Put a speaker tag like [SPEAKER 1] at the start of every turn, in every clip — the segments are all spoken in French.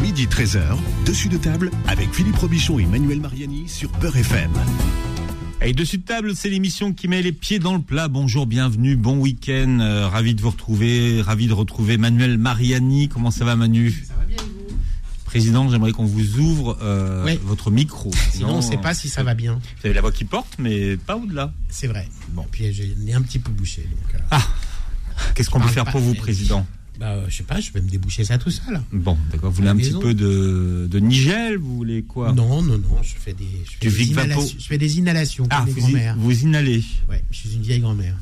[SPEAKER 1] midi 13h, dessus de table avec Philippe Robichon et Manuel Mariani sur Peur FM.
[SPEAKER 2] Et dessus de table, c'est l'émission qui met les pieds dans le plat. Bonjour, bienvenue, bon week-end. Euh, ravi de vous retrouver, ravi de retrouver Manuel Mariani. Comment ça va, Manu
[SPEAKER 3] Ça va bien, et vous
[SPEAKER 2] Président, j'aimerais qu'on vous ouvre euh,
[SPEAKER 3] Oui.
[SPEAKER 2] votre micro.
[SPEAKER 3] Sinon, on ne sait pas si ça va bien.
[SPEAKER 2] Vous avez la voix qui porte, mais pas au-delà.
[SPEAKER 3] C'est vrai.
[SPEAKER 2] Bon. Ah.
[SPEAKER 3] Bon. Puis j'ai le nez un petit peu bouché. Donc, euh,
[SPEAKER 2] Qu'est-ce qu'on peut
[SPEAKER 3] parle
[SPEAKER 2] faire
[SPEAKER 3] Ah, pas,
[SPEAKER 2] pour vous,
[SPEAKER 3] mais-
[SPEAKER 2] président
[SPEAKER 3] bah, euh, je sais pas, je vais me déboucher ça tout seul.
[SPEAKER 2] Bon, d'accord. Vous voulez un petit
[SPEAKER 3] Maison.
[SPEAKER 2] peu de, de Nigel Vous voulez quoi
[SPEAKER 3] Non, non, non, je fais des, je fais
[SPEAKER 2] Du
[SPEAKER 3] des
[SPEAKER 2] Vic Vapo.
[SPEAKER 3] inhalations. Je fais des inhalations
[SPEAKER 2] Ah,
[SPEAKER 3] comme mes
[SPEAKER 2] vous, y-
[SPEAKER 3] grand-mères.
[SPEAKER 2] vous inhalez.
[SPEAKER 3] Ouais, je suis une vieille grand-mère.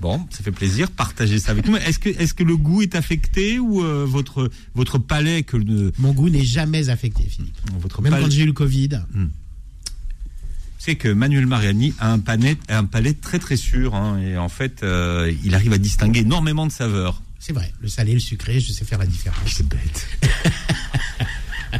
[SPEAKER 2] Bon, ça fait plaisir, partagez ça avec nous. Est-ce que, est-ce que le goût est affecté ou euh, votre, votre palais que le,
[SPEAKER 3] Mon goût n'est jamais affecté, Philippe.
[SPEAKER 2] votre
[SPEAKER 3] Même
[SPEAKER 2] palais-
[SPEAKER 3] quand j'ai eu le Covid.
[SPEAKER 2] c'est que Manuel Mariani a un palais, un palais très très sûr hein, et en fait euh, il arrive à distinguer énormément de saveurs.
[SPEAKER 3] C'est vrai, le salé, le sucré, je sais faire la différence.
[SPEAKER 2] C'est bête.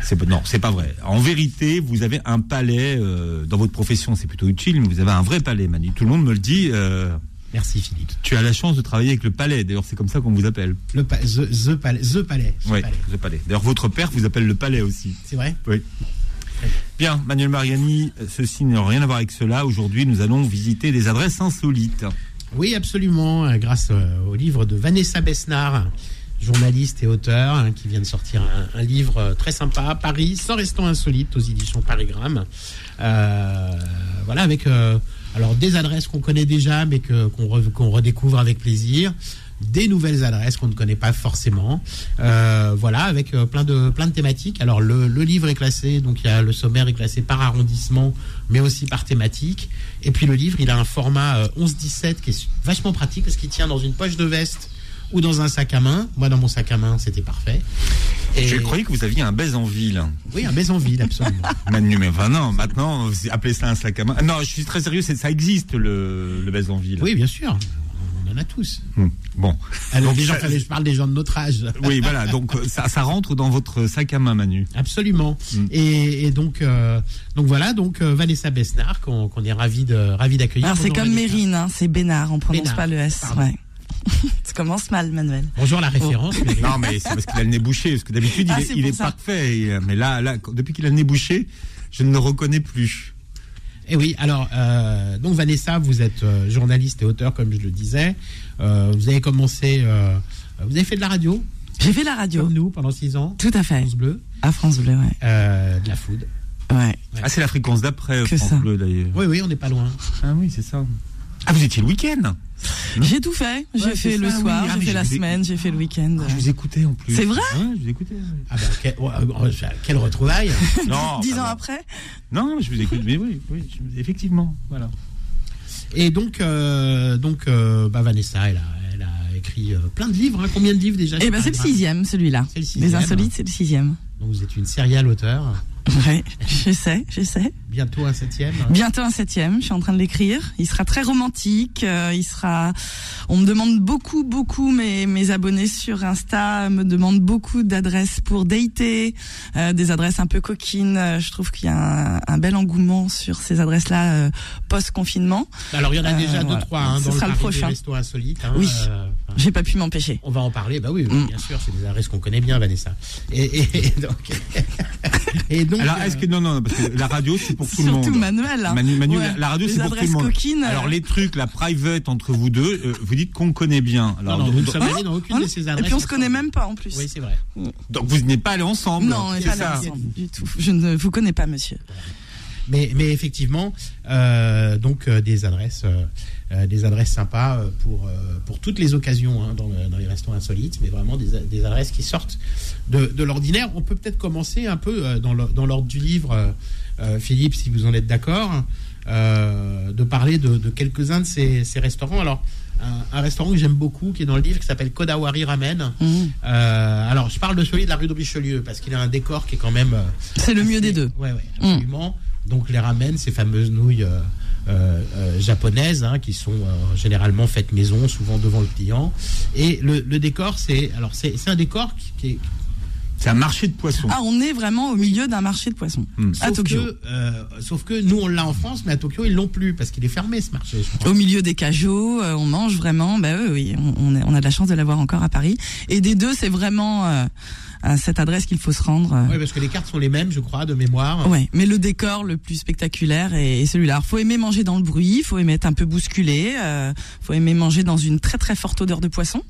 [SPEAKER 2] c'est pas- non, c'est pas vrai. En vérité, vous avez un palais euh, dans votre profession, c'est plutôt utile, mais vous avez un vrai palais, Manu. Tout le monde me le dit. euh,
[SPEAKER 3] Merci Philippe.
[SPEAKER 2] tu as la chance de travailler avec le palais. D'ailleurs, c'est comme ça qu'on vous appelle.
[SPEAKER 3] Le pa- the, the Palais. The Palais. The
[SPEAKER 2] Ouais,
[SPEAKER 3] Palais.
[SPEAKER 2] le palais. D'ailleurs, votre père vous appelle le palais aussi.
[SPEAKER 3] C'est vrai
[SPEAKER 2] Oui. Bien, Manuel Mariani, ceci n'a rien à voir avec cela. Aujourd'hui, nous allons visiter des adresses insolites.
[SPEAKER 3] Oui, absolument, euh, grâce euh, au livre de Vanessa Besnard, journaliste et auteur, hein, qui vient de sortir un, un livre euh, très sympa, Paris, sans restant insolite, aux éditions Parigramme. Euh, voilà, avec euh, alors des adresses qu'on connaît déjà, mais que- qu'on re- qu'on redécouvre avec plaisir. Des nouvelles adresses qu'on ne connaît pas forcément. Euh, voilà, avec euh, plein, de, plein de thématiques. Alors, le, le livre est classé, donc il y a, le sommaire est classé par arrondissement, mais aussi par thématique. Et puis, le livre, il a un format euh, 11-17 qui est vachement pratique parce qu'il tient dans une poche de veste ou dans un sac à main. Moi, dans mon sac à main, c'était parfait. Et,
[SPEAKER 2] Je croyais que vous aviez un baise en ville.
[SPEAKER 3] Oui, un Maisonville, absolument.
[SPEAKER 2] Manu, mais enfin non, maintenant, vous appelez ça un sac à main. Non, je suis très sérieux, c'est- ça existe le, le baise en ville.
[SPEAKER 3] oui, bien sûr. On en a tous.
[SPEAKER 2] Hmm, Bon.
[SPEAKER 3] Alors,
[SPEAKER 2] Donc,
[SPEAKER 3] les gens,
[SPEAKER 2] ça-
[SPEAKER 3] enfin, je parle des gens de notre âge.
[SPEAKER 2] Oui, voilà, donc euh, ça, ça rentre dans votre sac à main, Manu.
[SPEAKER 3] Absolument. Et, et donc, euh, donc voilà, donc euh, Vanessa Besnard, qu'on qu'on est ravi de ravi d'accueillir.
[SPEAKER 4] Alors c'est
[SPEAKER 3] Bonjour,
[SPEAKER 4] comme
[SPEAKER 3] Vanessa.
[SPEAKER 4] Mérine, hein, c'est Bénard, on prononce
[SPEAKER 3] Bénard,
[SPEAKER 4] pas le S.
[SPEAKER 3] pardon.
[SPEAKER 4] Ouais. tu commences mal, Manuel.
[SPEAKER 3] Bonjour la référence. Mérine.
[SPEAKER 2] Non, mais c'est parce qu'il a le nez bouché, parce que d'habitude,
[SPEAKER 4] Ah,
[SPEAKER 2] il est,
[SPEAKER 4] c'est
[SPEAKER 2] il
[SPEAKER 4] pour
[SPEAKER 2] est
[SPEAKER 4] ça.
[SPEAKER 2] parfait. et, euh, Mais là, là, quand- depuis qu'il a le nez bouché, je ne le reconnais plus.
[SPEAKER 3] Et Eh oui, alors euh, donc Vanessa, vous êtes euh, journaliste et auteur, comme je le disais. Euh, vous avez commencé, euh, vous avez fait de la radio
[SPEAKER 4] J'ai fait la radio.
[SPEAKER 3] comme nous pendant six ans.
[SPEAKER 4] Tout à fait.
[SPEAKER 3] France Bleu,
[SPEAKER 4] À France Bleu, ouais. Hein
[SPEAKER 3] euh, de la food.
[SPEAKER 4] ouais.
[SPEAKER 2] Ah, c'est la fréquence d'après,
[SPEAKER 4] Que
[SPEAKER 2] France
[SPEAKER 4] ça.
[SPEAKER 2] Bleu, d'ailleurs.
[SPEAKER 3] Oui, oui, on n'est pas loin.
[SPEAKER 2] Ah oui, c'est ça. Ah, vous étiez le week-end
[SPEAKER 4] J'ai tout fait. J'ai
[SPEAKER 2] Ouais, c'est
[SPEAKER 4] fait le
[SPEAKER 2] ça, oui.
[SPEAKER 4] soir,
[SPEAKER 2] Ah, mais
[SPEAKER 4] j'ai
[SPEAKER 2] je
[SPEAKER 4] fait la Ah,
[SPEAKER 2] vous ai-
[SPEAKER 4] semaine, j'ai fait le week-end.
[SPEAKER 2] Ah, Je vous écoutais en plus.
[SPEAKER 4] C'est vrai
[SPEAKER 2] Ouais, je vous écoutais. ouais.
[SPEAKER 3] Ah ben, quel- oh, oh, quelle retrouvaille
[SPEAKER 2] Non,
[SPEAKER 4] Dix
[SPEAKER 2] enfin,
[SPEAKER 4] ans
[SPEAKER 2] bon.
[SPEAKER 4] après
[SPEAKER 2] Non, mais je vous écoute, mais oui, oui je- effectivement. Voilà.
[SPEAKER 3] Et donc, euh, donc euh, bah, Vanessa, elle a, elle a écrit euh, plein de livres. hein. Combien de livres déjà
[SPEAKER 4] Eh ben c'est le sixième, celui-là.
[SPEAKER 3] C'est le sixième. hein.
[SPEAKER 4] Les Insolites, c'est le sixième.
[SPEAKER 3] Donc vous êtes une serial auteur,
[SPEAKER 4] Ouais, je sais, je sais.
[SPEAKER 3] bientôt un septième.
[SPEAKER 4] Bientôt un septième, je suis en train de l'écrire. Il sera très romantique, euh, il sera... On me demande beaucoup, beaucoup, mes, mes abonnés sur Insta me demandent beaucoup d'adresses pour dater, euh, des adresses un peu coquines. Euh, Je trouve qu'il y a un, un bel engouement sur ces adresses-là euh, post-confinement.
[SPEAKER 3] Alors il y en a
[SPEAKER 4] Euh,
[SPEAKER 3] déjà deux
[SPEAKER 4] voilà.
[SPEAKER 3] trois hein,
[SPEAKER 4] Ce
[SPEAKER 3] dans
[SPEAKER 4] sera
[SPEAKER 3] le, Paris
[SPEAKER 4] le prochain.
[SPEAKER 3] des restos insolites. hein.
[SPEAKER 4] Oui.
[SPEAKER 3] Euh, enfin,
[SPEAKER 4] J'ai pas pu m'empêcher.
[SPEAKER 3] on va en parler. Bah oui, oui,
[SPEAKER 4] Mm.
[SPEAKER 3] bien sûr, c'est des adresses qu'on connaît bien, Vanessa. Et, et- et donc, et donc,
[SPEAKER 2] Alors,
[SPEAKER 3] euh,
[SPEAKER 2] est-ce que. Non, non, parce que la radio, c'est pour tout le monde.
[SPEAKER 4] Surtout Manuel. hein.
[SPEAKER 2] Manu, Manu,
[SPEAKER 4] Ouais.
[SPEAKER 2] la- la radio,
[SPEAKER 4] Les
[SPEAKER 2] c'est pour tout le
[SPEAKER 4] adresses
[SPEAKER 2] monde.
[SPEAKER 4] coquines, euh,
[SPEAKER 2] Alors, les trucs, la private entre vous deux, euh, vous dites qu'on connaît bien.
[SPEAKER 3] non,
[SPEAKER 2] Alors,
[SPEAKER 3] non,
[SPEAKER 2] donc,
[SPEAKER 3] nous ne sommes
[SPEAKER 2] donc-
[SPEAKER 3] allés dans aucune
[SPEAKER 4] hein
[SPEAKER 3] de ces adresses.
[SPEAKER 4] Et puis on se
[SPEAKER 3] ensemble.
[SPEAKER 4] connaît même pas en plus.
[SPEAKER 3] Oui, c'est vrai.
[SPEAKER 2] donc, vous n'êtes pas allés ensemble.
[SPEAKER 4] non, on n'est
[SPEAKER 2] c'est
[SPEAKER 4] pas
[SPEAKER 2] ça.
[SPEAKER 4] là ensemble du tout. Je ne vous connais pas, monsieur.
[SPEAKER 3] Mais, mais effectivement, euh, donc euh, des adresses, euh, euh, des adresses sympas euh, pour euh, pour toutes les occasions hein, dans, le- dans les restaurants insolites, mais vraiment des, a- des adresses qui sortent de, de l'ordinaire. On peut peut-être commencer un peu euh, dans le- dans l'ordre du livre, euh, euh, Philippe, si vous en êtes d'accord, euh, de parler de, de quelques-uns de ces, ces restaurants. Alors. Un, un restaurant que j'aime beaucoup, qui est dans le livre, qui s'appelle Kodawari Ramen.
[SPEAKER 4] Mhm.
[SPEAKER 3] Euh, alors, je parle de celui de la rue de Richelieu, parce qu'il a un décor qui est quand même... euh,
[SPEAKER 4] C'est le mieux des deux.
[SPEAKER 3] Ouais, ouais,
[SPEAKER 4] Mm.
[SPEAKER 3] absolument. Donc les ramen, ces fameuses nouilles euh, euh, euh, japonaises hein, qui sont euh, généralement faites maison, souvent devant le client. Et le, le décor, c'est alors c'est c'est un décor qui, qui est
[SPEAKER 2] C'est un marché de poissons.
[SPEAKER 4] Ah, on est vraiment au milieu d'un marché de poissons
[SPEAKER 2] Hmm.
[SPEAKER 4] à
[SPEAKER 3] sauf
[SPEAKER 4] Tokyo.
[SPEAKER 3] Que, euh, sauf que nous on l'a en France, mais à Tokyo ils l'ont plus parce qu'il est fermé ce marché. Je crois.
[SPEAKER 4] Au milieu des cajots, euh, on mange vraiment. Bah oui, oui, on, on a, on a de la chance de l'avoir encore à Paris. Et des deux, c'est vraiment euh, à cette adresse qu'il faut se rendre. euh,
[SPEAKER 3] Oui, parce que les cartes sont les mêmes, je crois, de mémoire.
[SPEAKER 4] Ouais, mais le décor le plus spectaculaire est, est celui-là. Alors, faut aimer manger dans le bruit, faut aimer être un peu bousculé, euh, faut aimer manger dans une très très forte odeur de poisson.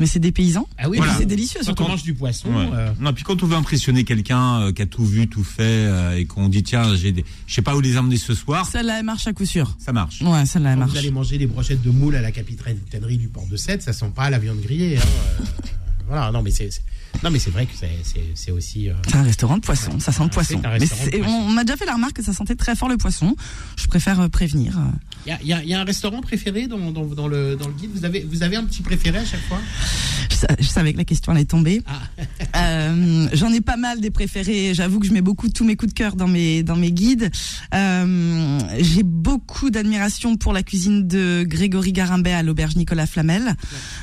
[SPEAKER 4] Mais c'est des paysans.
[SPEAKER 3] Ah oui,
[SPEAKER 2] Voilà.
[SPEAKER 3] mais
[SPEAKER 4] C'est délicieux.
[SPEAKER 3] Quand
[SPEAKER 4] surtout.
[SPEAKER 3] on mange du poisson,
[SPEAKER 2] Ouais.
[SPEAKER 3] euh,
[SPEAKER 2] Non, puis quand on veut impressionner quelqu'un euh, qui a tout vu, tout fait, euh, et qu'on dit tiens, j'ai des... je sais pas où les emmener ce soir,
[SPEAKER 4] Celle-là elle marche à coup sûr.
[SPEAKER 2] ça marche.
[SPEAKER 4] Ouais, celle-là elle
[SPEAKER 3] quand
[SPEAKER 4] marche.
[SPEAKER 3] vous allez manger des brochettes de moules à la capitainerie du port de Sète, ça sent pas la viande grillée. hein, euh, voilà, non, mais c'est c'est- non, mais c'est vrai que c'est- c'est c'est aussi. euh,
[SPEAKER 4] C'est un restaurant de poisson, ça sent le
[SPEAKER 3] Ah,
[SPEAKER 4] poisson.
[SPEAKER 3] c'est un
[SPEAKER 4] Mais
[SPEAKER 3] restaurant de
[SPEAKER 4] c'est-
[SPEAKER 3] poisson.
[SPEAKER 4] on, on m'a déjà fait la remarque que ça sentait très fort le poisson. Je préfère euh, prévenir. euh.
[SPEAKER 3] Il y a, il y a- il y a un restaurant préféré dans, dans- dans le, dans le guide vous avez, vous avez un petit préféré à chaque fois
[SPEAKER 4] Je, sa- je savais que la question allait tomber.
[SPEAKER 3] Ah.
[SPEAKER 4] Euh, J'en ai pas mal des préférés. J'avoue que je mets beaucoup tous mes coups de cœur dans mes dans mes guides. Euh, J'ai beaucoup d'admiration pour la cuisine de Grégory Garimbet à l'auberge Nicolas Flamel.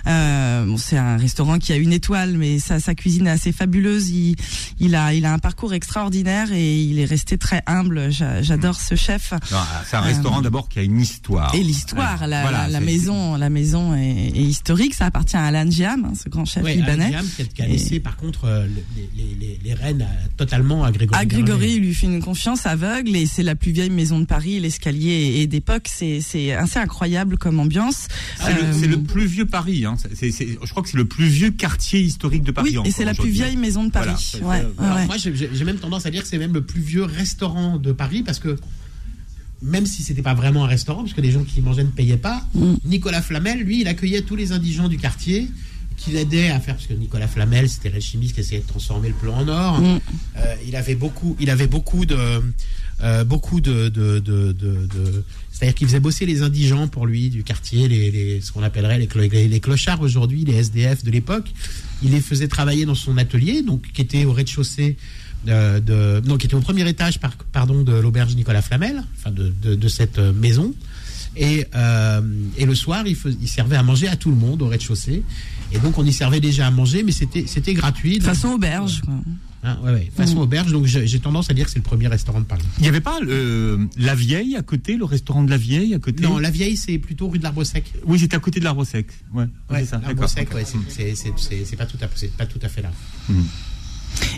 [SPEAKER 4] Euh, bon, c'est un restaurant qui a une étoile, mais sa, sa cuisine est assez fabuleuse. Il, il a il a un parcours extraordinaire et il est resté très humble. J'a- J'adore ce chef.
[SPEAKER 3] Ah.
[SPEAKER 2] Non, ah, C'est un restaurant d'abord qui a une histoire.
[SPEAKER 4] Euh. Et l'histoire, la,
[SPEAKER 2] Voilà,
[SPEAKER 4] la- la
[SPEAKER 2] c'est-
[SPEAKER 4] maison, la maison est, est historique. Ça appartient à Alan Giam, hein, ce grand chef
[SPEAKER 3] Ouais,
[SPEAKER 4] libanais.
[SPEAKER 3] Alan Diam, qui a, qui a
[SPEAKER 4] Et-
[SPEAKER 3] laissé par contre euh, le- les, les- les- les rênes à- totalement à Grégory.
[SPEAKER 4] À Ah, Grégory, il lui fait une confiance aveugle et c'est la plus vieille maison de Paris. L'escalier est d'époque. C'est c'est assez incroyable comme ambiance.
[SPEAKER 2] C'est le-
[SPEAKER 4] Euh,
[SPEAKER 2] c'est le, plus vieux Paris. Hein. C'est- c'est- c'est- je crois que c'est le plus vieux quartier historique de Paris.
[SPEAKER 4] oui, et
[SPEAKER 2] encore
[SPEAKER 4] c'est la plus
[SPEAKER 2] aujourd'hui.
[SPEAKER 4] vieille maison de
[SPEAKER 2] Voilà,
[SPEAKER 4] Paris.
[SPEAKER 2] c'est-
[SPEAKER 4] Ouais,
[SPEAKER 2] euh,
[SPEAKER 4] ouais,
[SPEAKER 3] Garimbet. Alors,
[SPEAKER 4] Ah ouais.
[SPEAKER 3] Moi, j'ai- j'ai j'ai même tendance à dire que c'est même le plus vieux restaurant de Paris parce que même si c'était pas vraiment un restaurant, parce que les gens qui y mangeaient ne payaient pas, Nicolas Flamel, lui, il accueillait tous les indigents du quartier qu'il aidait à faire, parce que Nicolas Flamel, c'était le chimiste qui essayait de transformer le plan en or. Euh, il avait beaucoup, il avait beaucoup de, euh, beaucoup de, de, de, de- de- c'est-à-dire qu'il faisait bosser les indigents pour lui du quartier, les, les- ce qu'on appellerait les, clo- les, les clochards aujourd'hui, les SDF de l'époque. Il les faisait travailler dans son atelier, donc qui était au rez-de-chaussée. euh, de, non, qui était au premier étage par, pardon, de l'auberge Nicolas Flamel, enfin de, de, de cette euh, maison. Et, euh, et le soir, il, fais- il servait à manger à tout le monde au rez-de-chaussée. Et donc, on y servait déjà à manger, mais c'était c'était gratuit. Donc,
[SPEAKER 4] Façon auberge. quoi.
[SPEAKER 3] Hein, ouais, ouais,
[SPEAKER 2] Mm.
[SPEAKER 3] façon auberge, donc j'ai j'ai tendance à dire que c'est le premier restaurant de Paris.
[SPEAKER 2] Il n'y avait pas euh, la vieille à côté, le restaurant de la vieille à côté.
[SPEAKER 3] Non, la vieille, c'est plutôt rue de l'Arbre Sec.
[SPEAKER 2] Oui, c'était à côté de l'arbre sec. Ouais,
[SPEAKER 3] Ouais,
[SPEAKER 2] Ah, c'est ça.
[SPEAKER 3] L'Arbre
[SPEAKER 2] d'accord.
[SPEAKER 3] Sec, ouais, c'est- c'est- c'est c'est- c'est pas, tout à- c'est pas tout à fait là.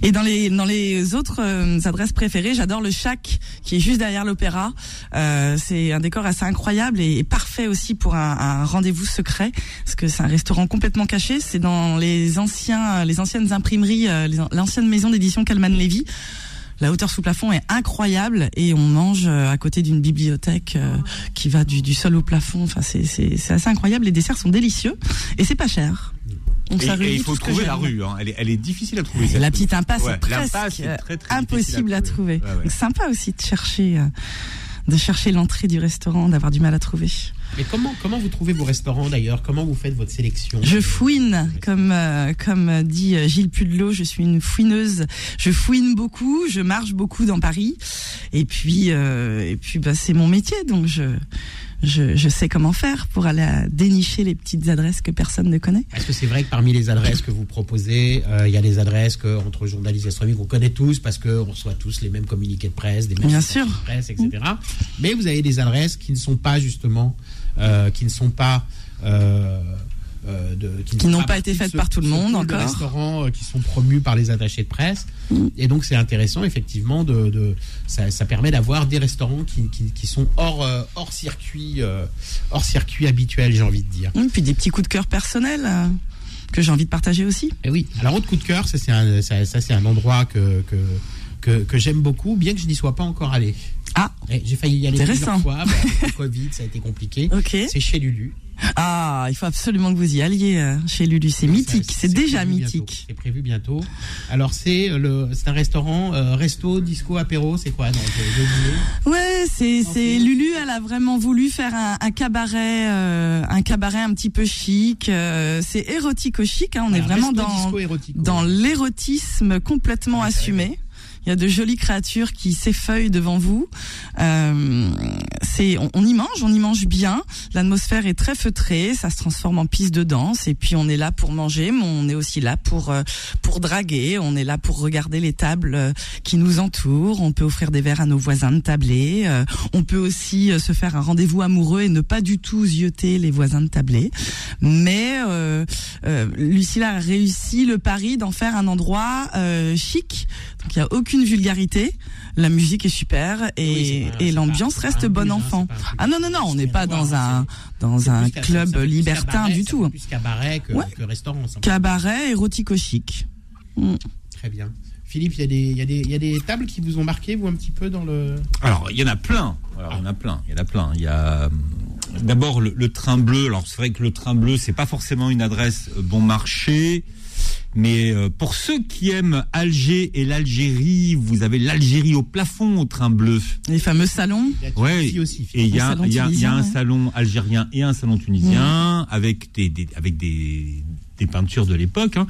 [SPEAKER 4] Et dans les dans les autres euh, adresses préférées, j'adore le Chac qui est juste derrière l'Opéra. Euh, c'est un décor assez incroyable et, et parfait aussi pour un, un rendez-vous secret parce que c'est un restaurant complètement caché. C'est dans les anciens euh, les anciennes imprimeries, euh, les an- l'ancienne maison d'édition Calman Levy. La hauteur sous plafond est incroyable et on mange euh, à côté d'une bibliothèque euh, qui va du, du sol au plafond. Enfin, c'est c'est c'est assez incroyable. Les desserts sont délicieux et c'est pas cher. Donc,
[SPEAKER 2] Et,
[SPEAKER 4] ça
[SPEAKER 2] et
[SPEAKER 4] réunit
[SPEAKER 2] il
[SPEAKER 4] tout
[SPEAKER 2] faut
[SPEAKER 4] ce que
[SPEAKER 2] trouver la
[SPEAKER 4] j'aime.
[SPEAKER 2] rue. hein. Elle, est, elle est difficile à trouver.
[SPEAKER 4] Et
[SPEAKER 2] cette
[SPEAKER 4] la
[SPEAKER 2] rue.
[SPEAKER 4] petite impasse
[SPEAKER 2] Ouais,
[SPEAKER 4] est presque
[SPEAKER 2] l'impasse est très, très
[SPEAKER 4] impossible
[SPEAKER 2] difficile
[SPEAKER 4] à trouver.
[SPEAKER 2] Ouais, ouais.
[SPEAKER 4] Donc, Sympa aussi de chercher, euh, de chercher l'entrée du restaurant, d'avoir du mal à trouver.
[SPEAKER 3] Mais comment, comment vous trouvez vos restaurants d'ailleurs Comment vous faites votre sélection
[SPEAKER 4] Je fouine, comme euh, comme euh, dit euh, Gilles Pudelot, je suis une fouineuse. Je fouine beaucoup, je marche beaucoup dans Paris, et puis euh, et puis bah, c'est mon métier, donc je, je je sais comment faire pour aller à dénicher les petites adresses que personne ne connaît.
[SPEAKER 3] Parce que c'est vrai que parmi les adresses que vous proposez, euh, il y a des adresses que, entre journalistes gastronomiques, on connaît tous parce qu'on reçoit tous les mêmes communiqués de presse, des mêmes
[SPEAKER 4] Bien
[SPEAKER 3] sorties
[SPEAKER 4] sûr.
[SPEAKER 3] de presse, etc. Mais vous avez des adresses qui ne sont pas justement, euh, qui ne sont pas. euh, euh, de- ne
[SPEAKER 4] Qui
[SPEAKER 3] font
[SPEAKER 4] n'ont pas
[SPEAKER 3] partie
[SPEAKER 4] été
[SPEAKER 3] de
[SPEAKER 4] faites
[SPEAKER 3] ce-
[SPEAKER 4] par tout le
[SPEAKER 3] ce
[SPEAKER 4] monde
[SPEAKER 3] pool de
[SPEAKER 4] encore. Mm.
[SPEAKER 3] restaurants euh, qui sont promus par les attachés de presse. Et donc c'est intéressant effectivement de, de- ça, ça permet d'avoir des restaurants qui, qui- qui sont hors euh, hors circuit euh, hors circuit habituel j'ai envie de dire.
[SPEAKER 4] Et puis des petits coups de cœur personnels euh, que j'ai envie de partager aussi.
[SPEAKER 3] Et Eh oui. Alors autre coup de cœur, ça c'est un, ça, ça, c'est un endroit que que, que, que j'aime beaucoup, bien que je n'y sois pas encore allé.
[SPEAKER 4] Ah,
[SPEAKER 3] Eh, J'ai failli y aller plusieurs
[SPEAKER 4] Intéressant.
[SPEAKER 3] fois, mais avec le Covid, ça a été compliqué.
[SPEAKER 4] ok.
[SPEAKER 3] C'est chez Lulu.
[SPEAKER 4] Ah, il faut absolument que vous y alliez euh, chez Lulu. C'est mythique,
[SPEAKER 3] Ça,
[SPEAKER 4] c'est déjà
[SPEAKER 3] prévu bientôt.
[SPEAKER 4] mythique.
[SPEAKER 3] C'est prévu bientôt. Alors c'est euh, le, c'est un restaurant, euh, resto, disco, apéro, c'est quoi Non, j'ai j'ai oublié.
[SPEAKER 4] Ouais, c'est c'est
[SPEAKER 3] Ok.
[SPEAKER 4] Lulu. Elle a vraiment voulu faire un, un cabaret, euh, un cabaret un petit peu chic. euh, c'est érotico chic. hein, on est
[SPEAKER 3] Voilà,
[SPEAKER 4] vraiment
[SPEAKER 3] resto,
[SPEAKER 4] dans
[SPEAKER 3] disco, érotico.
[SPEAKER 4] dans l'érotisme complètement
[SPEAKER 3] Ah, c'est
[SPEAKER 4] assumé. Il y a de jolies créatures qui s'effeuillent devant vous. Euh, c'est, on, on y mange, on y mange bien. L'atmosphère est très feutrée, ça se transforme en piste de danse. Et puis on est là pour manger, mais on est aussi là pour euh, pour draguer. On est là pour regarder les tables euh, qui nous entourent. On peut offrir des verres à nos voisins de tablé. Euh, on peut aussi euh, se faire un rendez-vous amoureux et ne pas du tout zioter les voisins de tablé. Mais euh, euh, Lucilla a réussi le pari d'en faire un endroit euh, chic. Donc il n'y a aucune vulgarité. La musique est super et,
[SPEAKER 3] Oui, c'est pas-
[SPEAKER 4] et
[SPEAKER 3] c'est
[SPEAKER 4] l'ambiance
[SPEAKER 3] pas- c'est
[SPEAKER 4] reste
[SPEAKER 3] pas un
[SPEAKER 4] bonne
[SPEAKER 3] blues, hein,
[SPEAKER 4] enfant.
[SPEAKER 3] c'est pas un truc
[SPEAKER 4] Ah non, non, non, on n'est pas
[SPEAKER 3] rien à
[SPEAKER 4] dans
[SPEAKER 3] voir,
[SPEAKER 4] un, dans
[SPEAKER 3] C'est
[SPEAKER 4] un
[SPEAKER 3] plus qu'à- ça
[SPEAKER 4] club
[SPEAKER 3] fait plus
[SPEAKER 4] libertin
[SPEAKER 3] cabaret,
[SPEAKER 4] du
[SPEAKER 3] ça
[SPEAKER 4] tout.
[SPEAKER 3] fait Plus cabaret que,
[SPEAKER 4] Ouais.
[SPEAKER 3] que restaurant. ça me
[SPEAKER 4] Cabaret érotico-chic.
[SPEAKER 3] paraît Très bien. Philippe, il y, a des- il y a des- il y a des tables qui vous ont marqué, vous, un petit peu dans le.
[SPEAKER 2] Alors, il y en a plein. Alors, il y en a plein. Il y en a plein. Il y a euh, d'abord le, le train bleu. Alors, c'est vrai que le train bleu, c'est pas forcément une adresse euh, bon marché. Mais euh, pour ceux qui aiment Alger et l'Algérie, vous avez l'Algérie au plafond au train bleu.
[SPEAKER 4] Les fameux salons.
[SPEAKER 3] La
[SPEAKER 2] Ouais.
[SPEAKER 3] Tunisie aussi.
[SPEAKER 2] Et il y a,
[SPEAKER 4] salon
[SPEAKER 2] il y a- il y a
[SPEAKER 4] tunisien,
[SPEAKER 2] un
[SPEAKER 4] ouais.
[SPEAKER 2] salon algérien et un salon tunisien avec des, des- avec des, des peintures de l'époque. hein.